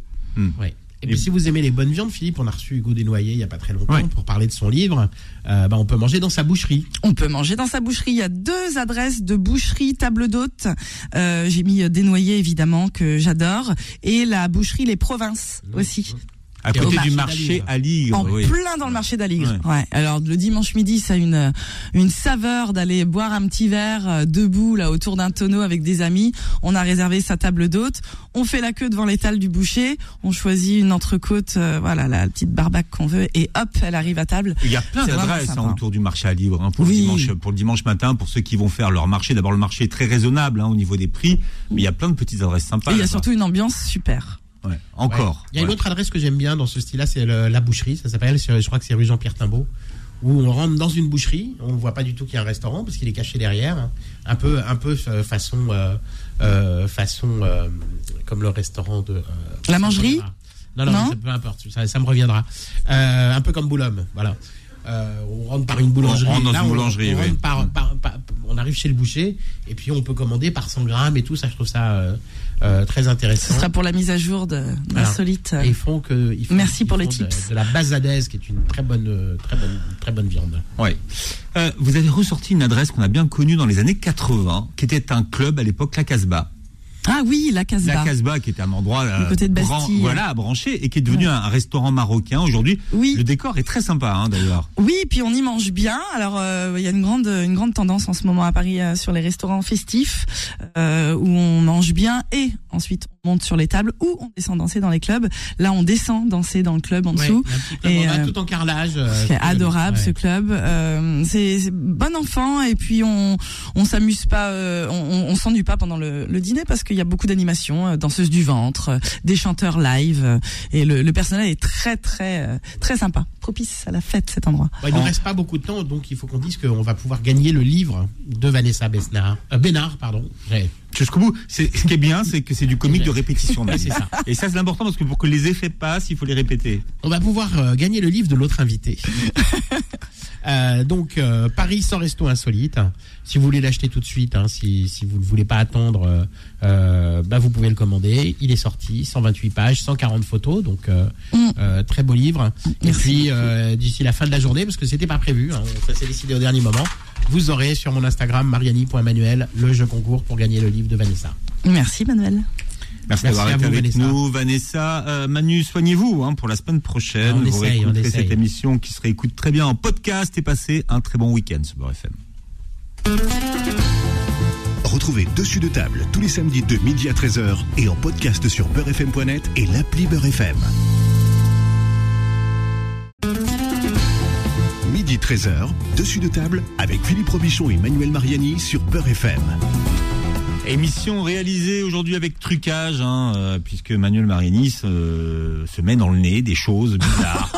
[SPEAKER 3] Ouais. Et puis si vous aimez les bonnes viandes, Philippe, on a reçu Hugo Desnoyers il y a pas très longtemps
[SPEAKER 2] Ouais.
[SPEAKER 3] pour parler de son livre. Euh, bah, on peut manger dans sa boucherie.
[SPEAKER 4] On peut manger dans sa boucherie. Il y a deux adresses de boucherie table d'hôte. Euh, J'ai mis euh, des noyers évidemment que j'adore et la boucherie les provinces aussi.
[SPEAKER 2] À
[SPEAKER 3] Et au
[SPEAKER 2] côté du
[SPEAKER 3] marché
[SPEAKER 2] marché à Ligre.
[SPEAKER 4] En
[SPEAKER 2] oui.
[SPEAKER 4] plein dans le marché d'Aligre.
[SPEAKER 2] Ouais.
[SPEAKER 4] Ouais. Alors le dimanche midi, ça a une une saveur d'aller boire un petit verre euh, debout là autour d'un tonneau avec des amis. On a réservé sa table d'hôte. On fait la queue devant l'étal du boucher. On choisit une entrecôte, euh, voilà la petite barbaque qu'on veut et hop, elle arrive à table.
[SPEAKER 2] Il y a plein
[SPEAKER 4] C'est vraiment
[SPEAKER 2] d'adresses hein,
[SPEAKER 4] sympa.
[SPEAKER 2] autour du marché à Libre hein, pour, le
[SPEAKER 4] Oui.
[SPEAKER 2] dimanche, pour le dimanche matin, pour ceux qui vont faire leur marché. D'abord, le marché est très raisonnable hein, au niveau des prix, mais il y a plein de petites adresses sympas.
[SPEAKER 4] Et il y a
[SPEAKER 2] là-bas.
[SPEAKER 4] surtout une ambiance super.
[SPEAKER 2] Ouais, Encore.
[SPEAKER 3] Ouais. Il y a une
[SPEAKER 2] Ouais.
[SPEAKER 3] autre adresse que j'aime bien dans ce style-là, c'est le- la boucherie. Ça s'appelle, c'est- je crois que c'est rue Jean-Pierre Timbaud, où on rentre dans une boucherie. On ne voit pas du tout qu'il y a un restaurant parce qu'il est caché derrière. hein. Un peu, un peu euh, façon, euh, euh, façon euh, comme le restaurant de. euh,
[SPEAKER 4] La
[SPEAKER 3] ça me
[SPEAKER 4] mangerie
[SPEAKER 3] reviendra. Non, non,
[SPEAKER 4] Non
[SPEAKER 3] ça- peu importe, ça, ça me reviendra. Euh, un peu comme Boulogne, voilà. Euh, on rentre par une boulangerie.
[SPEAKER 2] On rentre dans
[SPEAKER 3] Là,
[SPEAKER 2] une boulangerie,
[SPEAKER 3] on rentre
[SPEAKER 2] oui. Mm.
[SPEAKER 3] par- par- par- on arrive chez le boucher et puis on peut commander par 100 grammes et tout. Ça, je trouve ça euh, euh, très
[SPEAKER 4] Ce
[SPEAKER 3] intéressant.
[SPEAKER 4] sera pour la mise à jour de
[SPEAKER 3] Voilà.
[SPEAKER 4] l'insolite.
[SPEAKER 3] Et ils font que. ils font-
[SPEAKER 4] Merci
[SPEAKER 3] ils
[SPEAKER 4] pour
[SPEAKER 3] font
[SPEAKER 4] les
[SPEAKER 3] de-
[SPEAKER 4] tips.
[SPEAKER 3] De, la basadaise, qui est une très bonne, euh, très bonne, très bonne viande.
[SPEAKER 2] Ouais. Euh, vous avez ressorti une adresse qu'on a bien connue dans les années 80, qui était un club à l'époque, la Casbah.
[SPEAKER 4] Ah oui, la
[SPEAKER 2] La
[SPEAKER 4] Casbah.
[SPEAKER 2] Casbah, qui était un endroit euh,
[SPEAKER 4] côté de
[SPEAKER 2] bran-
[SPEAKER 4] Bastille.
[SPEAKER 2] voilà, branché, et qui est devenu un restaurant marocain aujourd'hui.
[SPEAKER 4] Oui.
[SPEAKER 2] Le décor est très sympa, hein, d'ailleurs.
[SPEAKER 4] Oui, et puis on y mange bien. Alors euh, il y a une grande une grande tendance en ce moment à Paris euh, sur les restaurants festifs euh, où on mange bien et ensuite monte sur les tables ou on descend danser dans les clubs. Là, on descend danser dans le club en dessous.
[SPEAKER 3] Ouais, il y a un petit club
[SPEAKER 4] Et,
[SPEAKER 3] en bas,
[SPEAKER 4] euh,
[SPEAKER 3] tout en carrelage. euh,
[SPEAKER 4] C'est
[SPEAKER 3] ce club.
[SPEAKER 4] adorable ce
[SPEAKER 3] Ouais.
[SPEAKER 4] club. Euh, c'est c'est bon enfant et puis on on s'amuse pas, euh, on, on, on s'ennuie pas pendant le, le dîner parce qu'il y a beaucoup d'animations, euh, danseuses du ventre, euh, des chanteurs live euh, et le, le personnel est très très euh, très sympa, propice à la fête cet endroit.
[SPEAKER 3] Bon, il ne
[SPEAKER 2] En-
[SPEAKER 3] reste pas beaucoup de temps, donc il faut qu'on dise qu'on va pouvoir gagner le livre de Vanessa Besnard, euh, Bénard. Pardon. Ouais.
[SPEAKER 2] Jusqu'au bout. C'est- Ce qui est bien, c'est que c'est du comique de répétition.
[SPEAKER 3] C'est ça.
[SPEAKER 2] Et ça, c'est important parce que pour que les effets passent, il faut les répéter.
[SPEAKER 3] On va pouvoir euh, gagner le livre de l'autre invité. Euh, donc euh, Paris sans resto insolite. hein. Si vous voulez l'acheter tout de suite, hein, si, si vous ne voulez pas attendre, euh, euh, bah, vous pouvez le commander. Il est sorti, 128 pages, 140 photos, donc euh,
[SPEAKER 4] Mm.
[SPEAKER 3] euh, très beau livre. Et
[SPEAKER 4] Merci.
[SPEAKER 3] puis euh, d'ici la fin de la journée, parce que c'était pas prévu, hein, ça s'est décidé au dernier moment. Vous aurez sur mon Instagram mariani.manuel le jeu concours pour gagner le livre de Vanessa.
[SPEAKER 4] Merci Manuel.
[SPEAKER 2] Merci,
[SPEAKER 3] Merci
[SPEAKER 2] d'avoir
[SPEAKER 3] à
[SPEAKER 2] été
[SPEAKER 3] vous,
[SPEAKER 2] avec
[SPEAKER 3] Vanessa.
[SPEAKER 2] nous, Vanessa. Euh, Manu, soignez-vous hein, pour la semaine prochaine.
[SPEAKER 3] Ah, On
[SPEAKER 2] vous
[SPEAKER 3] essaye, on
[SPEAKER 2] réécouterez
[SPEAKER 3] essaye.
[SPEAKER 2] cette émission qui se réécoute très bien en podcast et passez un très bon week-end sur Beurre FM.
[SPEAKER 1] Retrouvez Dessus de table tous les samedis de midi à 13h et en podcast sur beurrefm.net et l'appli Beurre FM. Midi 13h, Dessus de table avec Philippe Robichon et Manuel Mariani sur Beurre FM.
[SPEAKER 2] Émission réalisée aujourd'hui avec trucage, hein, euh, puisque Manuel Marini se, se met dans le nez des choses bizarres.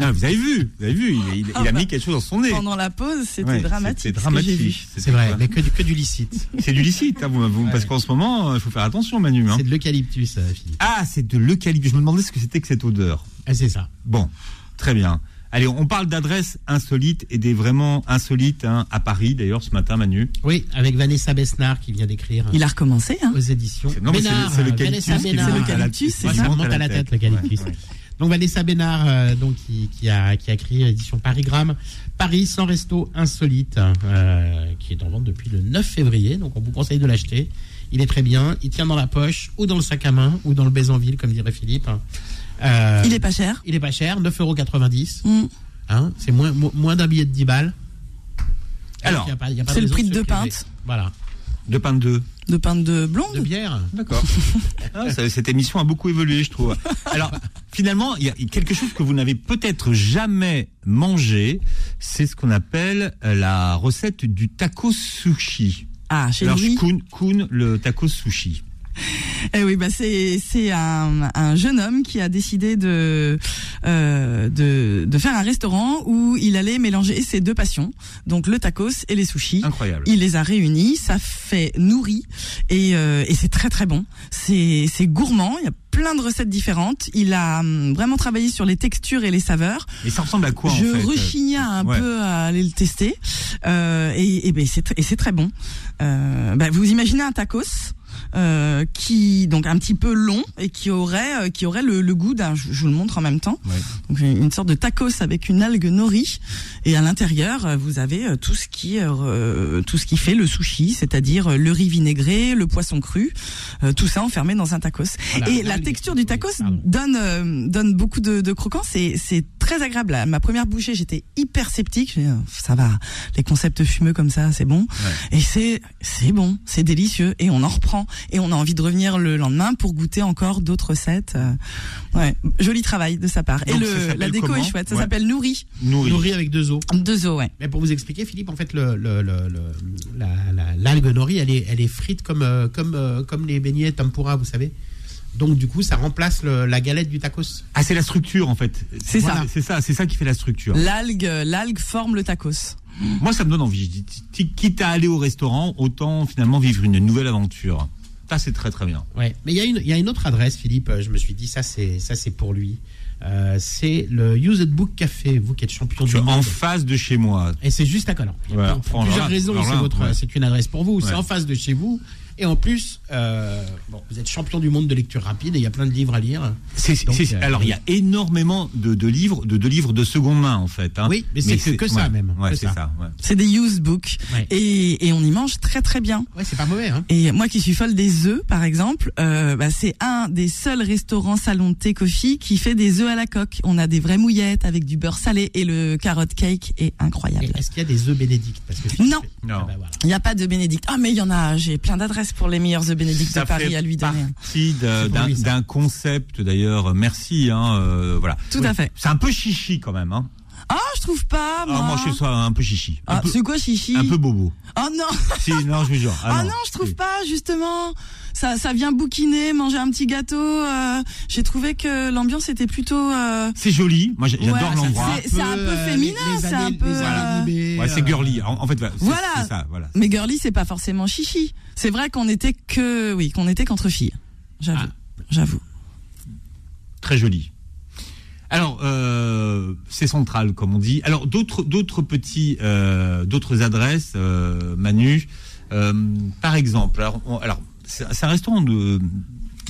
[SPEAKER 2] non, vous avez vu, vous avez vu, il, il- il a mis quelque chose dans son nez.
[SPEAKER 4] Pendant la pause, c'était
[SPEAKER 2] Ouais,
[SPEAKER 4] dramatique.
[SPEAKER 2] C'était
[SPEAKER 4] ce que j'ai vu.
[SPEAKER 2] dramatique.
[SPEAKER 3] C'est vrai, mais que du, que du licite.
[SPEAKER 2] C'est du licite, hein, vous- vous- parce qu'en ce moment, il faut faire attention, Manu. hein.
[SPEAKER 3] C'est de l'eucalyptus, euh, Philippe.
[SPEAKER 2] Ah, c'est de l'eucalyptus. Je me demandais ce que c'était que cette odeur.
[SPEAKER 3] Ah, c'est ça.
[SPEAKER 2] Bon, très bien. Allez, on parle d'adresses insolites et des vraiment insolites hein, à Paris d'ailleurs ce matin, Manu.
[SPEAKER 3] Oui, avec Vanessa Besnard qui vient d'écrire.
[SPEAKER 4] Il a recommencé. Hein.
[SPEAKER 3] aux éditions.
[SPEAKER 2] Non, mais c'est-
[SPEAKER 3] Bénard,
[SPEAKER 2] c'est le
[SPEAKER 3] Vanessa
[SPEAKER 2] calyptus qui
[SPEAKER 3] Bénard.
[SPEAKER 2] vous
[SPEAKER 4] C'est
[SPEAKER 2] monte à
[SPEAKER 4] le
[SPEAKER 2] la-
[SPEAKER 4] calyptus, c'est
[SPEAKER 2] Ouais,
[SPEAKER 3] ça
[SPEAKER 2] qui
[SPEAKER 3] monte à la tête, le calyptus.
[SPEAKER 2] Ouais, ouais.
[SPEAKER 3] Donc Vanessa Bénard, euh, donc, qui, qui a, qui a écrit l'édition Parigramme, Paris sans resto insolite, euh, qui est en vente depuis le 9 février, donc on vous conseille de l'acheter. Il est très bien, il tient dans la poche, ou dans le sac à main, ou dans le baisanville, comme dirait Philippe. Euh,
[SPEAKER 4] Il est pas cher.
[SPEAKER 3] il est pas cher, 9,90 euros.
[SPEAKER 4] Mm.
[SPEAKER 3] Hein, c'est moins, mo- moins d'un billet de 10 balles.
[SPEAKER 2] Alors,
[SPEAKER 3] Il y a pas- il y a pas
[SPEAKER 4] c'est le
[SPEAKER 3] raison
[SPEAKER 4] prix de
[SPEAKER 3] se
[SPEAKER 4] deux
[SPEAKER 3] priver.
[SPEAKER 4] pintes.
[SPEAKER 3] Voilà,
[SPEAKER 2] De pain de deux.
[SPEAKER 4] De pinte de blonde.
[SPEAKER 3] de bière.
[SPEAKER 2] D'accord. Ah, ça- cette émission a beaucoup évolué, je trouve. Alors, finalement, il y a quelque chose que vous n'avez peut-être jamais mangé. C'est ce qu'on appelle euh, la recette du taco sushi.
[SPEAKER 4] Ah, chez
[SPEAKER 2] Alors,
[SPEAKER 4] lui.
[SPEAKER 2] Kun, Kun, le taco sushi.
[SPEAKER 4] Eh oui, bah c'est c'est un, un jeune homme qui a décidé de, euh, de de faire un restaurant où il allait mélanger ses deux passions, donc le tacos et les sushis.
[SPEAKER 2] Incroyable.
[SPEAKER 4] Il les a réunis, ça fait nourri et, euh, et c'est très très bon. C'est c'est gourmand, il y a plein de recettes différentes. Il a hum, vraiment travaillé sur les textures et les saveurs.
[SPEAKER 2] Et ça ressemble à quoi
[SPEAKER 4] Je
[SPEAKER 2] en fait euh,
[SPEAKER 4] rechignais un
[SPEAKER 2] Ouais.
[SPEAKER 4] peu à aller le tester euh, et, et ben c'est tr- et c'est très bon. Euh, ben, vous imaginez un tacos euh, qui donc un petit peu long et qui aurait euh, qui aurait le, le goût d'un je, je vous le montre en même temps
[SPEAKER 2] Ouais.
[SPEAKER 4] donc une sorte de tacos avec une algue nori et à l'intérieur euh, vous avez euh, tout ce qui euh, tout ce qui fait le sushi c'est-à-dire euh, le riz vinaigré le poisson cru euh, tout ça enfermé dans un tacos
[SPEAKER 3] Voilà.
[SPEAKER 4] et la
[SPEAKER 3] Algue.
[SPEAKER 4] texture du tacos
[SPEAKER 3] Pardon.
[SPEAKER 4] donne euh, donne beaucoup de, de croquants. C'est c'est très agréable. À Ma première bouchée, j'étais hyper sceptique. Je me dis, ça va, les concepts fumeux comme ça, c'est bon. Et c'est c'est bon, c'est délicieux. Et on en reprend. Et on a envie de revenir le lendemain pour goûter encore d'autres recettes. Euh, Ouais, joli travail de sa part. Et
[SPEAKER 2] Donc, ça
[SPEAKER 4] le,
[SPEAKER 2] s'appelle
[SPEAKER 4] la déco
[SPEAKER 2] comment
[SPEAKER 4] est chouette. Ça
[SPEAKER 2] Ouais.
[SPEAKER 4] s'appelle Nourri.
[SPEAKER 2] Nourri.
[SPEAKER 3] Nourri avec deux os.
[SPEAKER 4] Deux os, ouais.
[SPEAKER 3] Mais pour vous expliquer, Philippe, en fait, le, le, le- le- la- la- l'algue nori, elle est, elle est frite comme, euh, comme, euh, comme les beignets tempura, vous savez. Donc, du coup, ça remplace le- la galette du tacos.
[SPEAKER 2] Ah, c'est la structure en fait.
[SPEAKER 4] C'est
[SPEAKER 2] Voilà,
[SPEAKER 4] ça. Euh.
[SPEAKER 2] C'est ça, c'est ça qui fait la structure.
[SPEAKER 4] L'algue, l'algue forme le tacos.
[SPEAKER 2] Moi, ça me donne envie. Je dis, ti- ti- quitte à aller au restaurant, autant finalement vivre une nouvelle aventure. Ça, c'est très très bien.
[SPEAKER 3] Ouais. Mais il y, a une- il y a une autre adresse, Philippe. euh, Je me suis dit, ça, c'est ça, c'est pour lui. Euh, c'est le Use It Book Café, vous qui êtes champion
[SPEAKER 2] Je
[SPEAKER 3] du
[SPEAKER 2] suis en
[SPEAKER 3] monde.
[SPEAKER 2] face de chez moi.
[SPEAKER 3] Et c'est juste à Colin.
[SPEAKER 2] Ouais,
[SPEAKER 3] pour
[SPEAKER 2] franchement,
[SPEAKER 3] plusieurs
[SPEAKER 2] alors là,
[SPEAKER 3] raisons,
[SPEAKER 2] alors
[SPEAKER 3] c'est
[SPEAKER 2] là,
[SPEAKER 3] votre,
[SPEAKER 2] ouais.
[SPEAKER 3] c'est une adresse pour vous. C'est
[SPEAKER 2] Ouais.
[SPEAKER 3] en face de chez vous. Et en plus, euh, bon, vous êtes champion du monde de lecture rapide et il y a plein de livres à lire.
[SPEAKER 2] C'est- c'est-
[SPEAKER 3] Donc,
[SPEAKER 2] c'est-
[SPEAKER 3] euh,
[SPEAKER 2] alors, il y a énormément de, de livres, de, de livres de seconde main en fait. hein.
[SPEAKER 3] Oui, mais c'est que- que ça,
[SPEAKER 2] ouais,
[SPEAKER 3] même,
[SPEAKER 2] Ouais,
[SPEAKER 3] que
[SPEAKER 2] c'est
[SPEAKER 3] ça.
[SPEAKER 2] ça. ouais.
[SPEAKER 4] C'est des used books.
[SPEAKER 3] Ouais.
[SPEAKER 4] Et, et on y mange très très bien.
[SPEAKER 3] Ouais, c'est pas mauvais, hein.
[SPEAKER 4] Et moi qui suis folle des œufs, par exemple, euh, bah, c'est un des seuls restaurants salon de thé coffee qui fait des œufs à la coque. On a des vraies mouillettes avec du beurre salé et le carrot cake est incroyable.
[SPEAKER 3] Et Est-ce qu'il y a des œufs bénédicts Parce que
[SPEAKER 4] Non.
[SPEAKER 3] Ah bah voilà.
[SPEAKER 4] Il n'y a pas de Bénédicte. Ah mais il y en a, j'ai plein d'adresses presse pour les meilleurs The Bénédicte de
[SPEAKER 2] Ça
[SPEAKER 4] Paris
[SPEAKER 2] fait
[SPEAKER 4] à lui donner.
[SPEAKER 2] partie de-
[SPEAKER 3] C'est pour
[SPEAKER 2] d'un-
[SPEAKER 3] lui, ça.
[SPEAKER 2] d'un concept d'ailleurs. Merci. Hein, euh, voilà.
[SPEAKER 4] Tout à fait.
[SPEAKER 2] C'est un peu chichi quand même. Hein.
[SPEAKER 4] Ah, je trouve pas. Moi,
[SPEAKER 2] Alors moi, je suis un peu chichi. Un,
[SPEAKER 4] Ah,
[SPEAKER 2] peu,
[SPEAKER 4] c'est quoi chichi
[SPEAKER 2] un peu bobo.
[SPEAKER 4] Oh non
[SPEAKER 2] si, non, je vous jure.
[SPEAKER 4] Ah, non, je trouve
[SPEAKER 2] Oui.
[SPEAKER 4] pas justement. Ça, ça vient bouquiner, manger un petit gâteau. euh, J'ai trouvé que l'ambiance était plutôt. euh,
[SPEAKER 2] C'est joli. Moi, j'a- j'adore
[SPEAKER 4] Ouais,
[SPEAKER 2] l'endroit.
[SPEAKER 4] c'est- un peu
[SPEAKER 3] euh,
[SPEAKER 4] féminin,
[SPEAKER 3] les- les
[SPEAKER 4] c'est un
[SPEAKER 3] années-
[SPEAKER 4] peu,
[SPEAKER 3] les années
[SPEAKER 4] euh,
[SPEAKER 3] libées,
[SPEAKER 2] Ouais, c'est
[SPEAKER 3] euh,
[SPEAKER 2] girly. hein. En, en fait, voilà. c'est-
[SPEAKER 4] Voilà.
[SPEAKER 2] C'est ça. Voilà.
[SPEAKER 4] Mais girly, c'est pas forcément chichi. C'est vrai qu'on était que, oui, qu'on était qu'entre filles. J'avoue,
[SPEAKER 2] Ah.
[SPEAKER 4] j'avoue.
[SPEAKER 2] Très joli. Alors, euh, c'est central, comme on dit. Alors, d'autres, d'autres petits, euh, d'autres adresses, euh, Manu. Euh, par exemple, alors, on- alors, c'est c'est un restaurant de-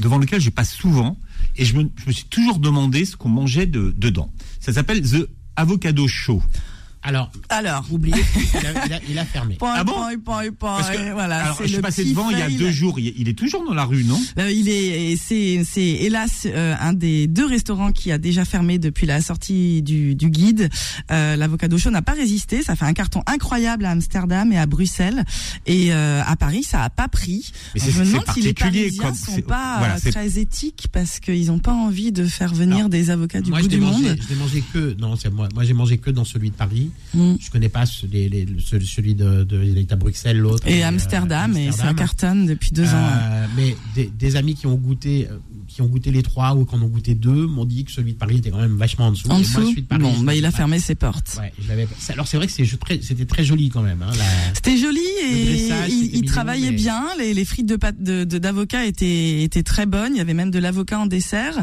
[SPEAKER 2] devant lequel je passe souvent, et je me, je me suis toujours demandé ce qu'on mangeait de- dedans. Ça s'appelle The Avocado Show.
[SPEAKER 3] Alors,
[SPEAKER 4] Alors,
[SPEAKER 3] oubliez, il a, il a- il a fermé.
[SPEAKER 4] point,
[SPEAKER 2] Ah bon
[SPEAKER 4] point, point, point,
[SPEAKER 2] Parce que-
[SPEAKER 4] et voilà,
[SPEAKER 2] alors,
[SPEAKER 4] Ah, c'est
[SPEAKER 2] je suis
[SPEAKER 4] le
[SPEAKER 2] passé
[SPEAKER 4] petit
[SPEAKER 2] devant il y a
[SPEAKER 4] fail.
[SPEAKER 2] deux jours. Il, il est toujours dans la rue, non
[SPEAKER 4] Euh, il est, et c'est, c'est hélas euh, un des deux restaurants qui a déjà fermé depuis la sortie du, du guide. Euh, L'avocado chaud n'a pas résisté. Ça fait un carton incroyable à Amsterdam et à Bruxelles. Et euh, à Paris, ça a pas pris.
[SPEAKER 2] Mais
[SPEAKER 4] Alors,
[SPEAKER 2] c'est-
[SPEAKER 4] je me
[SPEAKER 2] c'est
[SPEAKER 4] demande si les
[SPEAKER 2] particulier,
[SPEAKER 4] Parisiens
[SPEAKER 2] comme-
[SPEAKER 4] sont
[SPEAKER 2] c'est-
[SPEAKER 4] pas
[SPEAKER 2] voilà,
[SPEAKER 4] euh,
[SPEAKER 2] c'est-
[SPEAKER 4] très éthiques parce qu'ils ont pas envie de faire venir
[SPEAKER 3] Non.
[SPEAKER 4] des avocats du
[SPEAKER 3] moi,
[SPEAKER 4] bout
[SPEAKER 3] je l'ai
[SPEAKER 4] du
[SPEAKER 3] mangé-
[SPEAKER 4] monde.
[SPEAKER 3] je l'ai mangé que, non, c'est moi, moi j'ai mangé que dans celui de Paris.
[SPEAKER 4] Mm.
[SPEAKER 3] Je connais pas ce- les- les- le- celui, de, de il est à Bruxelles, l'autre.
[SPEAKER 4] Et
[SPEAKER 3] euh,
[SPEAKER 4] Amsterdam, et ça
[SPEAKER 3] Amsterdam.
[SPEAKER 4] cartonne depuis deux ans. hein.
[SPEAKER 3] Euh, mais des, des amis qui ont goûté, euh, qui ont goûté les trois ou qui en ont goûté deux, m'ont dit que celui de Paris était quand même vachement en dessous.
[SPEAKER 4] En
[SPEAKER 3] Et
[SPEAKER 4] dessous,
[SPEAKER 3] moi, celui de Paris,
[SPEAKER 4] bon,
[SPEAKER 3] je
[SPEAKER 4] bah, il a
[SPEAKER 3] l'avais
[SPEAKER 4] fermé ses portes.
[SPEAKER 3] pas. Ouais, je l'avais pas. C'est- Alors c'est vrai que c'est- je- très- c'était très joli quand même. Hein, la-
[SPEAKER 4] C'était joli et
[SPEAKER 3] dressage, c'était
[SPEAKER 4] il, il
[SPEAKER 3] mignon,
[SPEAKER 4] travaillait
[SPEAKER 3] mais-
[SPEAKER 4] bien. Les, les frites de pâte de de- d'avocat étaient étaient très bonnes. Il y avait même de l'avocat en dessert.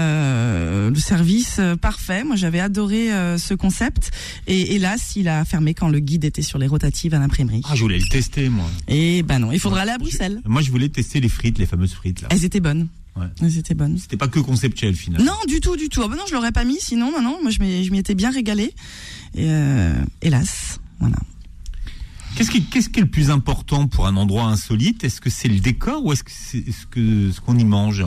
[SPEAKER 4] Euh, le service euh, parfait. Moi, j'avais adoré euh, ce concept. Et hélas, il a fermé quand le guide était sur les rotatives à l'imprimerie.
[SPEAKER 2] Ah, je voulais le tester, moi.
[SPEAKER 4] Et ben non, il faudra aller à Bruxelles.
[SPEAKER 2] Moi, je voulais tester les frites, les fameuses frites là.
[SPEAKER 4] Elles étaient bonnes.
[SPEAKER 2] Ouais.
[SPEAKER 4] Elles étaient bonnes.
[SPEAKER 2] C'était pas que conceptuel finalement.
[SPEAKER 4] Euh, Non, du tout, du tout. Ah ben non, je l'aurais pas mis. Sinon, non, non. Moi, je m'y je m'y étais bien régalée. Et euh, hélas, voilà.
[SPEAKER 2] Qu'est-ce qui, qu'est-ce qui est le plus important pour un endroit insolite Est-ce que c'est le décor ou est-ce que c'est ce que ce qu'on y mange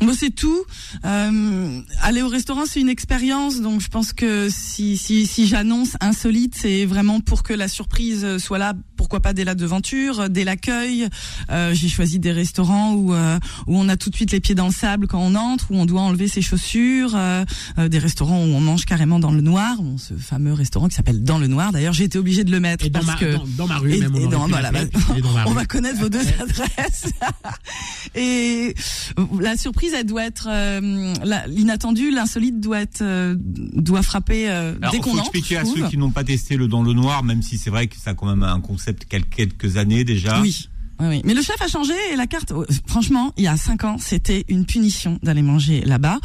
[SPEAKER 4] Moi, c'est tout. Euh, aller au restaurant, c'est une expérience. Donc, je pense que si, si, si j'annonce insolite, c'est vraiment pour que la surprise soit là. Pourquoi pas dès la devanture, dès l'accueil. Euh, J'ai choisi des restaurants où, euh, où on a tout de suite les pieds dans le sable quand on entre, où on doit enlever ses chaussures. euh, euh, des restaurants où on mange carrément dans le noir. Bon, ce fameux restaurant qui s'appelle Dans le Noir. D'ailleurs, j'ai été obligée de le mettre
[SPEAKER 3] Et dans
[SPEAKER 4] parce
[SPEAKER 3] ma,
[SPEAKER 4] que
[SPEAKER 3] dans, dans ma rue
[SPEAKER 4] et-
[SPEAKER 3] même.
[SPEAKER 4] et
[SPEAKER 3] aurait
[SPEAKER 4] dans-
[SPEAKER 3] pu
[SPEAKER 4] voilà,
[SPEAKER 3] l'appeler,
[SPEAKER 4] bah,
[SPEAKER 3] il est dans ma
[SPEAKER 4] on
[SPEAKER 3] rue.
[SPEAKER 4] va connaître vos deux adresses. Et euh, la surprise, elle doit être euh, la- l'inattendu, l'insolite doit être euh, doit frapper euh,
[SPEAKER 2] Alors,
[SPEAKER 4] dès qu'on
[SPEAKER 2] faut
[SPEAKER 4] entre.
[SPEAKER 2] expliquer
[SPEAKER 4] je
[SPEAKER 2] à ceux
[SPEAKER 4] trouve.
[SPEAKER 2] qui n'ont pas testé le dans le noir, même si c'est vrai que ça a quand même un concept quel- quelques années déjà.
[SPEAKER 4] Oui. Oui, oui. Mais le chef a changé et la carte, oh, franchement, il y a cinq ans, c'était une punition d'aller manger là-bas.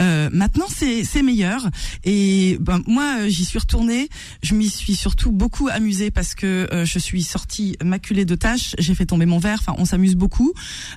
[SPEAKER 4] Euh, maintenant, c'est c'est meilleur. Et ben, moi, euh, j'y suis retournée. Je m'y suis surtout beaucoup amusée parce que euh, je suis sortie maculée de tâches. J'ai fait tomber mon verre. Enfin, on s'amuse beaucoup.